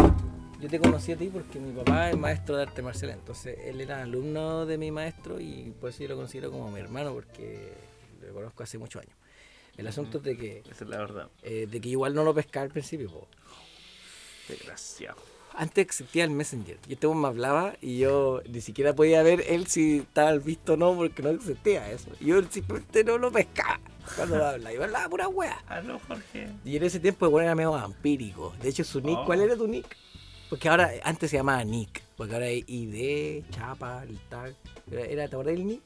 S1: yo te conocí a ti porque mi papá es maestro de arte marcial, entonces él era alumno de mi maestro y por eso yo lo considero como mi hermano porque lo conozco hace muchos años. El asunto es de que,
S3: Esa es la verdad.
S1: eh, de que igual no lo pescaba al principio. po.
S3: Desgraciado.
S1: Antes existía el Messenger y este weón me hablaba y yo ni siquiera podía ver él si estaba al visto o no porque no existía eso. Y yo simplemente no lo pescaba cuando me hablaba. Yo hablaba pura wea.
S3: Aló, Jorge.
S1: Y en ese tiempo el weón era medio vampírico. De hecho, su nick,
S3: Oh.
S1: ¿cuál era tu nick? Porque ahora, antes se llamaba Nick, porque ahora es ID, chapa, el tag. Era, era- ¿Te acordás del nick?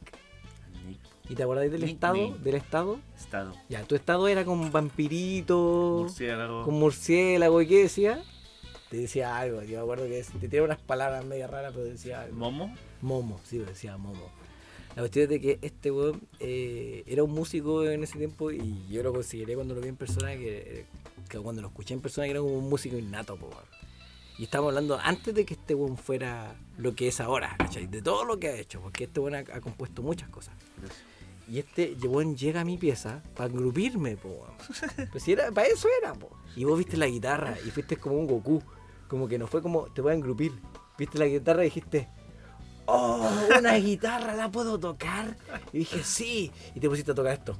S1: ¿Y te acordás del estado?
S3: Nickname.
S1: ¿Del estado?
S3: Estado.
S1: Ya, tu estado era con vampirito,
S3: Murciélago.
S1: con murciélago, ¿y qué decía? Te decía algo, yo me acuerdo que te tiraba unas palabras medio raras, pero decía algo.
S3: Momo.
S1: Momo, sí, pues, decía Momo. La cuestión es de que este weón eh, era un músico en ese tiempo y yo lo consideré cuando lo vi en persona, que, eh, que cuando lo escuché en persona, que era como un músico innato, po, weón. Y estamos hablando antes de que este weón fuera lo que es ahora, ¿cachai? De todo lo que ha hecho, porque este weón ha, ha compuesto muchas cosas. Y este weón llega a mi pieza para engrupirme, po, weón. Pues si era, para eso era, po. Y vos viste la guitarra y fuiste como un Goku. como que no fue como te voy a engrupir. Viste la guitarra y dijiste, ¡Oh! Una guitarra la puedo tocar. Y dije, sí. Y te pusiste a tocar esto.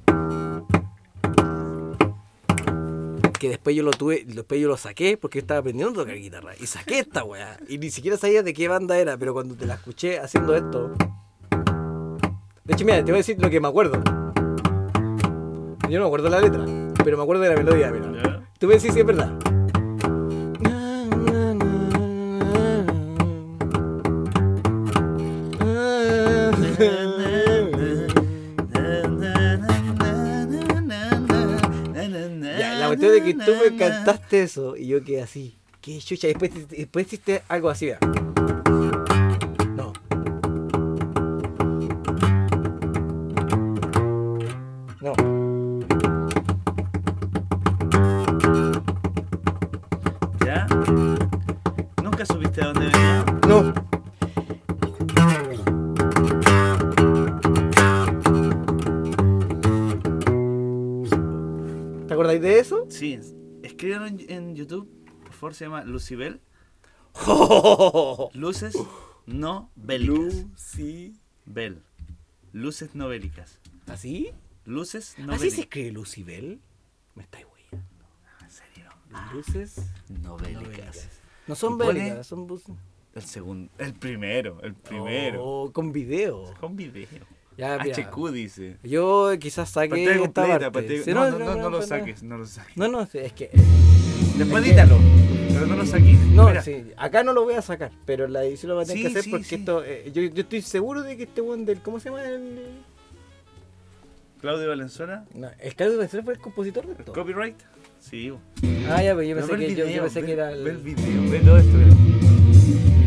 S1: Que después yo lo tuve, después yo lo saqué porque yo estaba aprendiendo a tocar guitarra. Y saqué esta weá. Y ni siquiera sabía de qué banda era, pero cuando te la escuché haciendo esto. De hecho, mira, te voy a decir lo que me acuerdo. Yo no me acuerdo la letra, pero me acuerdo de la melodía, mira.
S3: ¿Ya?
S1: Tú me decís si es verdad. Eh. Ya, la cuestión de que tú me cantaste eso y yo quedé así. Qué chucha. Y Después, después hiciste algo así, vea. No. No.
S3: ¿Ya? Nunca supiste a dónde venía.
S1: No. ¿Te acordáis de eso?
S3: Sí, escríbanlo en, en YouTube. Por favor, se llama Lucibel. Luces no bélicas.
S1: Lucy.
S3: Bel. Luces no bélicas.
S1: ¿Así?
S3: Luces no
S1: ¿Así se
S3: bélicas.
S1: escribe Lucibel? Me estáis weyando.
S3: En serio.
S1: Luces
S3: No
S1: no
S3: bélicas.
S1: bélicas. No son
S3: Y pone-
S1: bélicas, son bus...
S3: El segundo. El primero. El primero.
S1: Oh, con video.
S3: Con video.
S1: Ya, mira.
S3: HQ dice.
S1: Yo quizás saque
S3: Pantalla
S1: esta
S3: completa.
S1: parte.
S3: pantalla-
S1: Sí,
S3: No, no, no, no lo
S1: no.
S3: saques. No lo saques.
S1: No, no, es que...
S3: Después
S1: es que-
S3: edítalo. Pero no lo saques.
S1: No,
S3: Mira,
S1: sí, acá no lo voy a sacar, pero en la edición lo voy a tener
S3: Sí,
S1: que hacer
S3: sí,
S1: porque
S3: sí.
S1: esto. eh, yo, yo estoy seguro de que este weón del. ¿Cómo se llama? El,
S3: Claudio Valenzuela.
S1: no, el Claudio Valenzuela fue el compositor de esto.
S3: ¿Copyright? Sí. bo.
S1: Ah, ya, pero yo
S3: No,
S1: pensé,
S3: ve el
S1: que, yo, yo
S3: video,
S1: pensé
S3: ve-
S1: que era. el-
S3: Ve el video, ve todo esto. mira.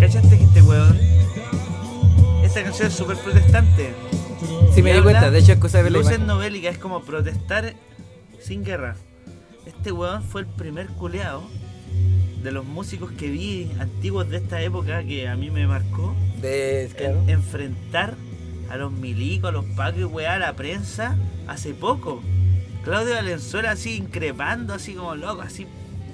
S3: ¿Cachaste que este weón? Esta canción es súper protestante.
S1: Sí, me di
S3: habla
S1: cuenta, de hecho es cosa de ver la
S3: Luces
S1: imagen.
S3: novélica es como protestar sin guerra. Este weón fue el primer culeado de los músicos que vi antiguos de esta época que a mí me marcó
S1: De, claro.
S3: en- enfrentar a los milicos, a los patrios, weá, a la prensa hace poco. Claudio Valenzuela así increpando, así como loco, así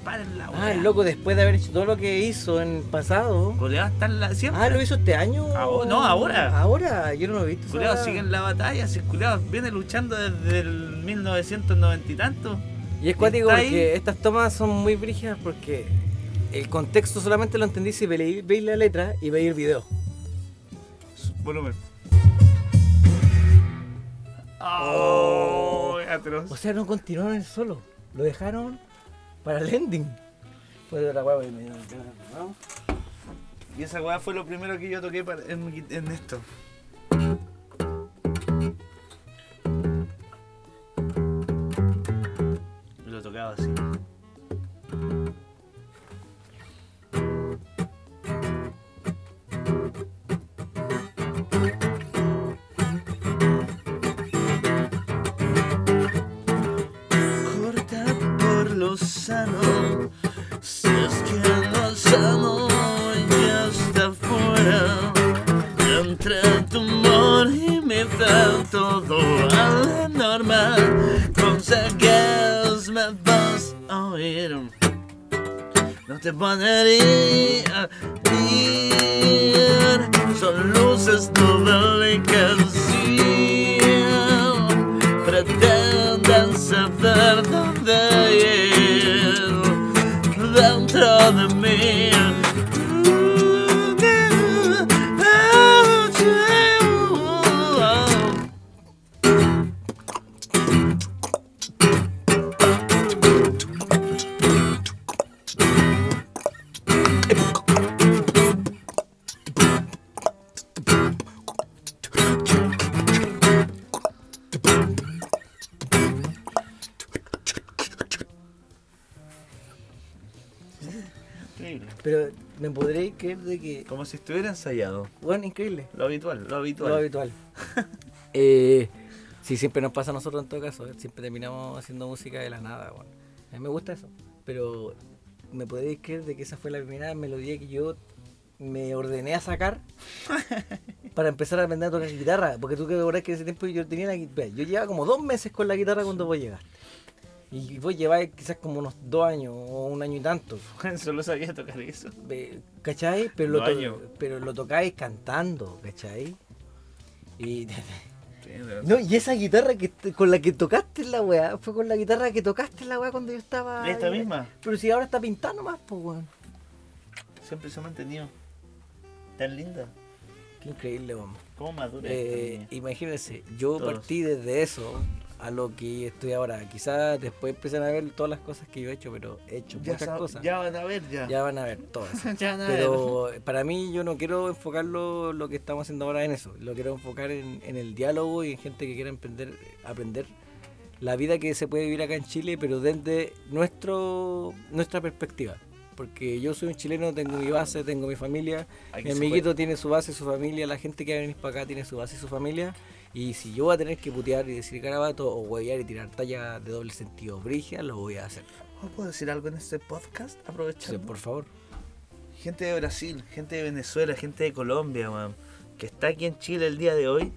S3: paren la weá.
S1: ah, el loco, después de haber hecho todo lo que hizo en el pasado.
S3: Culeados están la, siempre.
S1: Ah, lo hizo este año.
S3: Ahora- no, ahora.
S1: Ahora, yo no lo he visto.
S3: Culeados
S1: esa-
S3: siguen la batalla, así culeados viene luchando desde el 1990 y tanto.
S1: Y es cuático
S3: Está ahí.
S1: porque estas tomas son muy brígidas porque el contexto solamente lo entendí si veí, veí la letra y veí el video.
S3: Volumen. Oh, atroz.
S1: O sea, no continuaron el solo, lo dejaron para el ending. Fue de la hueá, y me dieron- ¿no?
S3: Y esa weá fue lo primero que yo toqué para- en, mi- en esto. Y lo tocaba así.
S2: corta por lo sano. Si es que lo sano ya está fuera. Entra tu amor y me da todo a la normal. Consejos me vas a oír. No te ponería a ir. Son luces novelicas y pretenden saber dónde ir dentro de mí.
S3: Increíble.
S1: Pero me podréis creer de que.
S3: Como si estuviera ensayado.
S1: Bueno, increíble.
S3: Lo habitual, lo habitual.
S1: Lo habitual. eh, sí, siempre nos pasa a nosotros en todo caso. ¿eh? Siempre terminamos haciendo música de la nada. weón. A mí me gusta eso. Pero me podéis creer de que esa fue la primera melodía que yo me ordené a sacar para empezar a aprender a tocar guitarra. Porque tú que recordás que en ese tiempo yo tenía la guitarra. Yo llevaba como dos meses con la guitarra cuando vos llegaste. Y vos llevabas quizás como unos dos años o un año y tanto.
S3: Solo sabía tocar eso.
S1: Ve- ¿Cachai? Pero lo,
S3: Dos
S1: to-
S3: años.
S1: pero lo tocáis cantando, ¿cachai? Y,
S3: Sí, pero-
S1: no, y esa guitarra que t- con la que tocaste la weá, fue con la guitarra que tocaste la weá cuando yo estaba.
S3: ¿Esta misma?
S1: Pero si ahora está pintada nomás, pues weón.
S3: Siempre se ha mantenido. Tan linda.
S1: Qué increíble, weón.
S3: ¿Cómo madura
S1: Eh,
S3: esta niña?
S1: imagínense, yo
S3: Todos.
S1: partí desde eso a lo que estoy ahora. Quizás después empiecen a ver todas las cosas que yo he hecho, pero he hecho
S3: Ya,
S1: muchas
S3: sab-
S1: cosas.
S3: ya van a ver ya.
S1: Ya van a ver todas.
S3: Ya van a
S1: Pero para mí yo no quiero enfocarlo lo que estamos haciendo ahora en eso. Lo quiero enfocar en, en el diálogo y en gente que quiera emprender, aprender la vida que se puede vivir acá en Chile, pero desde nuestro nuestra perspectiva. Porque yo soy un chileno, tengo mi base, tengo mi familia,
S3: Aquí
S1: mi
S3: se
S1: amiguito tiene su base, su familia, la gente que va a venir para acá tiene su base, su familia. Y si yo voy a tener que putear y decir garabato o huevear y tirar talla de doble sentido brigia, lo voy a hacer.
S3: ¿Oh, ¿Puedo decir algo en este podcast?
S1: Entonces,
S3: Aprovechando.
S1: por favor.
S3: Gente de Brasil, gente de Venezuela, gente de Colombia, weón, que está aquí en Chile el día de hoy,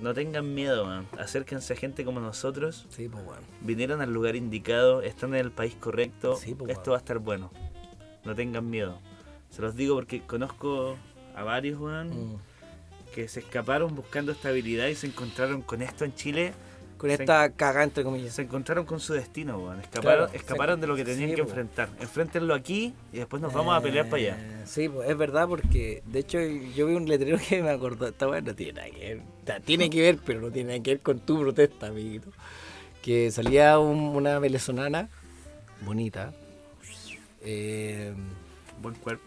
S3: no tengan miedo, weón. Acérquense a gente como nosotros.
S1: Sí, pues bueno.
S3: Vinieron al lugar indicado, están en el país correcto.
S1: Sí, po,
S3: Esto
S1: weón.
S3: va a estar bueno. No tengan miedo. Se los digo porque conozco a varios, weón,
S1: Mm.
S3: que se escaparon buscando estabilidad y se encontraron con esto en Chile.
S1: Con
S3: Se-
S1: esta cagada entre
S3: Y
S1: comillas.
S3: se encontraron con su destino, weón. Escaparon,
S1: Claro,
S3: escaparon
S1: se-
S3: de lo que tenían
S1: sí,
S3: que
S1: po.
S3: enfrentar. Enfréntenlo aquí y después nos vamos a pelear para allá.
S1: Eh, Sí, pues es verdad porque de hecho yo vi un letrero que me acordó, esta weá no tiene nada que ver, o sea, tiene que ver, pero no tiene nada que ver con tu protesta, amiguito. Que salía un- una venezolana bonita, eh,
S3: Buen cuerpo.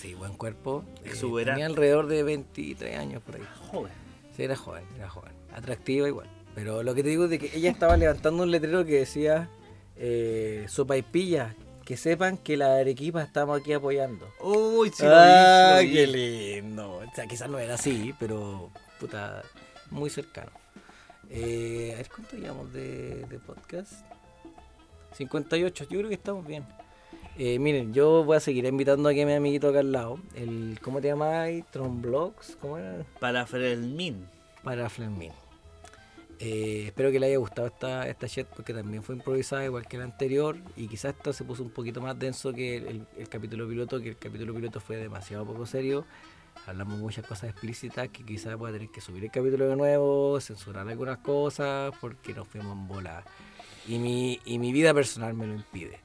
S1: sí, buen cuerpo, eh,
S3: Exuberante.
S1: tenía alrededor de 23 años por ahí.
S3: Joder.
S1: Sí, era joven, era joven. Atractiva igual. Pero lo que te digo es de que ella estaba levantando un letrero que decía eh, Sopa y pilla, que sepan que la Arequipa estamos aquí apoyando.
S3: Uy, sí, lo vi,
S1: ah,
S3: sí lo vi.
S1: qué lindo. O sea, quizás no era así, pero puta, muy cercano. Eh, a ver cuánto llevamos de, de podcast. 58, yo creo que estamos bien. Eh, miren, yo voy a seguir invitando aquí a mi amiguito acá al lado. El, ¿Cómo te llamáis? Tromblox, ¿cómo era?
S3: Para Ferelmin.
S1: para Fleming. Eh, espero que le haya gustado esta, esta chat porque también fue improvisada igual que la anterior y quizás esto se puso un poquito más denso que el, el- el capítulo piloto, que el capítulo piloto fue demasiado poco serio. Hablamos muchas cosas explícitas que quizás voy a tener que subir el capítulo de nuevo, censurar algunas cosas porque nos fuimos en bola y mi, y mi vida personal me lo impide.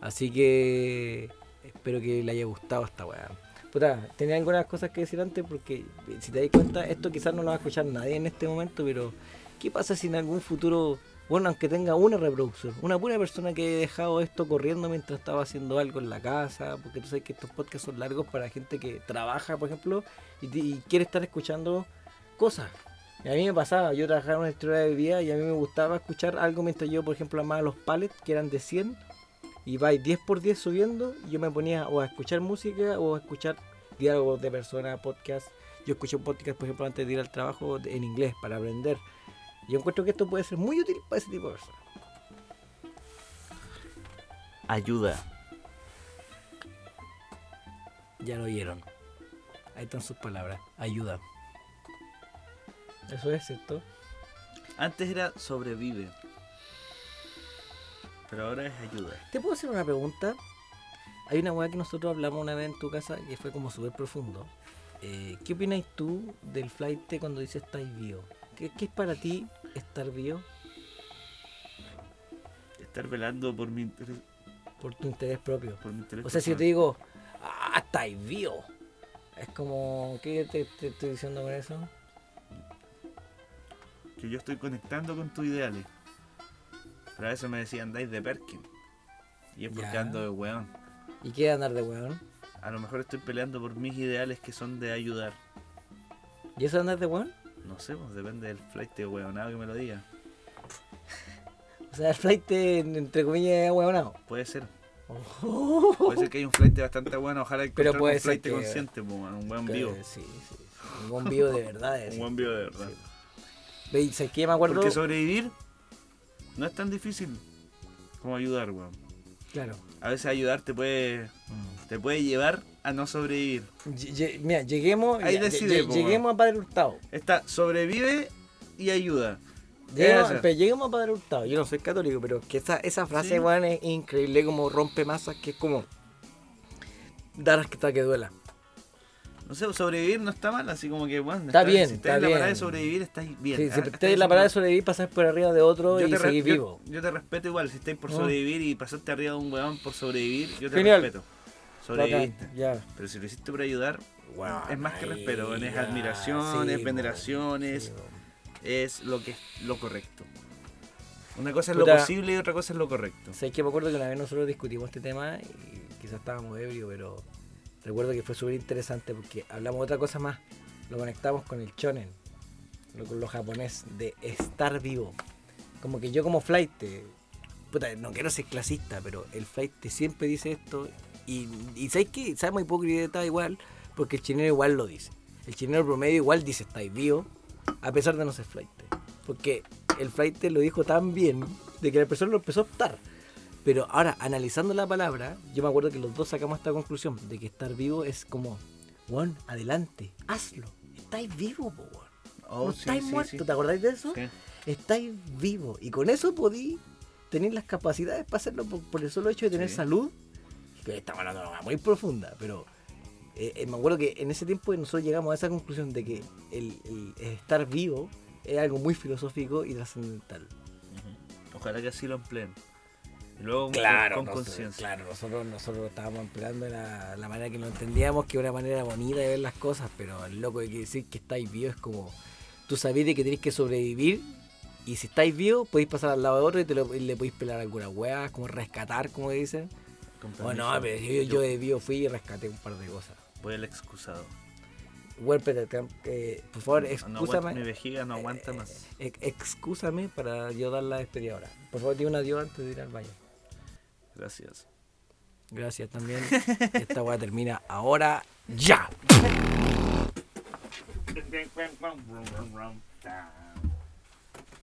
S1: Así que espero que le haya gustado esta weá. Puta, tenía algunas cosas que decir antes porque eh, si te das cuenta, esto quizás no lo va a escuchar nadie en este momento, pero ¿qué pasa si en algún futuro, bueno, aunque tenga una reproducción, una pura persona que haya dejado esto corriendo mientras estaba haciendo algo en la casa? Porque tú sabes que estos podcasts son largos para gente que trabaja, por ejemplo, y, te- y quiere estar escuchando cosas. Y a mí me pasaba, yo trabajaba en una historia de bebida y a mí me gustaba escuchar algo mientras yo, por ejemplo, amaba los pallets, que eran de 100, y vais 10 por 10 subiendo, y yo me ponía o a escuchar música o a escuchar diálogos de personas, podcast. Yo escuché un podcast, por ejemplo, antes de ir al trabajo de- en inglés para aprender. Yo encuentro que esto puede ser muy útil para ese tipo de personas.
S3: Ayuda.
S1: Ya lo oyeron. Ahí están sus palabras. Ayuda. Eso es, ¿cierto?
S3: Antes era sobrevive. Pero ahora es ayuda.
S1: ¿Te puedo hacer una pregunta? Hay una weá que nosotros hablamos una vez en tu casa que fue como súper profundo. Eh, ¿Qué opinas tú del flight cuando dice estáis vivo? ¿Qué, qué es para ti estar vivo?
S3: Estar velando por mi interés.
S1: Por tu interés propio.
S3: Por mi interés
S1: O sea, si yo te digo,
S3: personal.
S1: ah, estáis vivo. Es como, ¿qué te, te estoy diciendo con eso?
S3: Que yo estoy conectando con tus ideales. Pero a veces me decían, andáis de Perkin. Y es porque
S1: Ya.
S3: ando de weón.
S1: ¿Y qué es andar de weón?
S3: A lo mejor estoy peleando por mis ideales que son de ayudar.
S1: ¿Y eso es andar de weón?
S3: No sé, pues depende del flight de weonado que me lo diga.
S1: O sea, el flight entre comillas es weonado.
S3: Puede ser. Puede ser que hay un flight bastante bueno. Ojalá encontrar
S1: puede
S3: un
S1: ser
S3: flight
S1: que-
S3: consciente, pues, weón, un buen
S1: Que-
S3: vivo.
S1: Sí, sí, sí. Un buen vivo de verdad.
S3: Un
S1: es.
S3: buen vivo de verdad.
S1: Ve, ¿Sabes qué? Me acuerdo.
S3: Porque sobrevivir no es tan difícil como ayudar, weón.
S1: Claro.
S3: A veces ayudar te puede,
S1: Mm.
S3: te puede llevar a no sobrevivir.
S1: Lle- lle- mira, lleguemos,
S3: Ahí
S1: ya, lle-
S3: decide,
S1: lle-
S3: po,
S1: lleguemos a Padre Hurtado.
S3: Está, sobrevive y ayuda.
S1: Lleguemos,
S3: Esa.
S1: pero lleguemos a Padre Hurtado. Yo no soy católico, pero que esa, esa frase,
S3: Sí.
S1: weón, es increíble como rompe masas, que es como dar hasta que duela.
S3: No sé, sobrevivir no está mal, así como que, bueno,
S1: Está bien,
S3: Si
S1: está
S3: estás en la parada
S1: bien.
S3: de sobrevivir, estás bien.
S1: Sí,
S3: Ah,
S1: si te-
S3: estás
S1: te la parada de
S3: haciendo-
S1: sobrevivir, pasas por arriba de otro y
S3: te re-
S1: seguís
S3: yo-
S1: vivo.
S3: Yo, te respeto igual, si estáis por
S1: Mm.
S3: sobrevivir y pasaste arriba de un weón por sobrevivir, yo te
S1: Genial.
S3: respeto.
S1: Bacán,
S3: Sobreviviste.
S1: Ya.
S3: Pero si lo hiciste por ayudar,
S1: Weón,
S3: es más que
S1: ahí,
S3: respeto, weón, es
S1: ya,
S3: admiración,
S1: ah, sí,
S3: es veneración,
S1: weón,
S3: es-
S1: sí, weón.
S3: es lo que es lo correcto. Una cosa es
S1: Puta.
S3: lo posible y otra cosa es lo correcto.
S1: Sabes que me acuerdo que una vez nosotros discutimos este tema y quizás estábamos ebrios, pero recuerdo que fue súper interesante porque hablamos de otra cosa más. Lo conectamos con el chonen, lo, con lo japonés, de estar vivo. Como que yo como flight, puta, no quiero ser clasista, pero el flight siempre dice esto y, y ¿sabes qué? Sabemos hipócrita igual porque el chileno igual lo dice. El chileno promedio igual dice estáis vivo a pesar de no ser flight. Porque el flight lo dijo tan bien de que la persona lo empezó a optar. Pero ahora, analizando la palabra, yo me acuerdo que los dos sacamos esta conclusión de que estar vivo es como, weón, adelante, hazlo. Estáis vivo, po, weón.
S3: Oh,
S1: no
S3: sí,
S1: estáis
S3: sí,
S1: muerto,
S3: sí.
S1: ¿te acordáis de eso?
S3: Sí.
S1: Estáis vivo. Y con eso podí tener las capacidades para hacerlo por, por el solo hecho de tener
S3: Sí.
S1: salud. Que estamos hablando de una hueá muy profunda, pero eh, eh, me acuerdo que en ese tiempo nosotros llegamos a esa conclusión de que el, el estar vivo es algo muy filosófico y trascendental.
S3: Ojalá que así lo empleen. Y luego con
S1: nosotros-
S3: conciencia.
S1: claro, nosotros, nosotros estábamos empleando la, la manera que lo entendíamos, que era una manera bonita de ver las cosas, pero el loco de que decir que estáis vivos es como, tú sabés de que tenéis que sobrevivir y si estáis vivos podéis pasar al lado de otro y, te lo- y le podéis pelar alguna hueá, como rescatar, como dicen.
S3: con permiso.
S1: Bueno, no, pero yo, yo de vivo fui y rescaté un par de cosas.
S3: voy al excusado.
S1: Bueno, pero, eh, por favor,
S3: No aguanta,
S1: excúsame.
S3: mi vejiga no
S1: Eh,
S3: aguanta
S1: eh,
S3: más.
S1: eh, excúsame para yo dar la despedida ahora. Por favor, di un adiós antes de ir al baño.
S3: Gracias.
S1: Gracias también. Esta weá termina ahora ya.
S3: Rum, rum, rum, rum, rum, rum.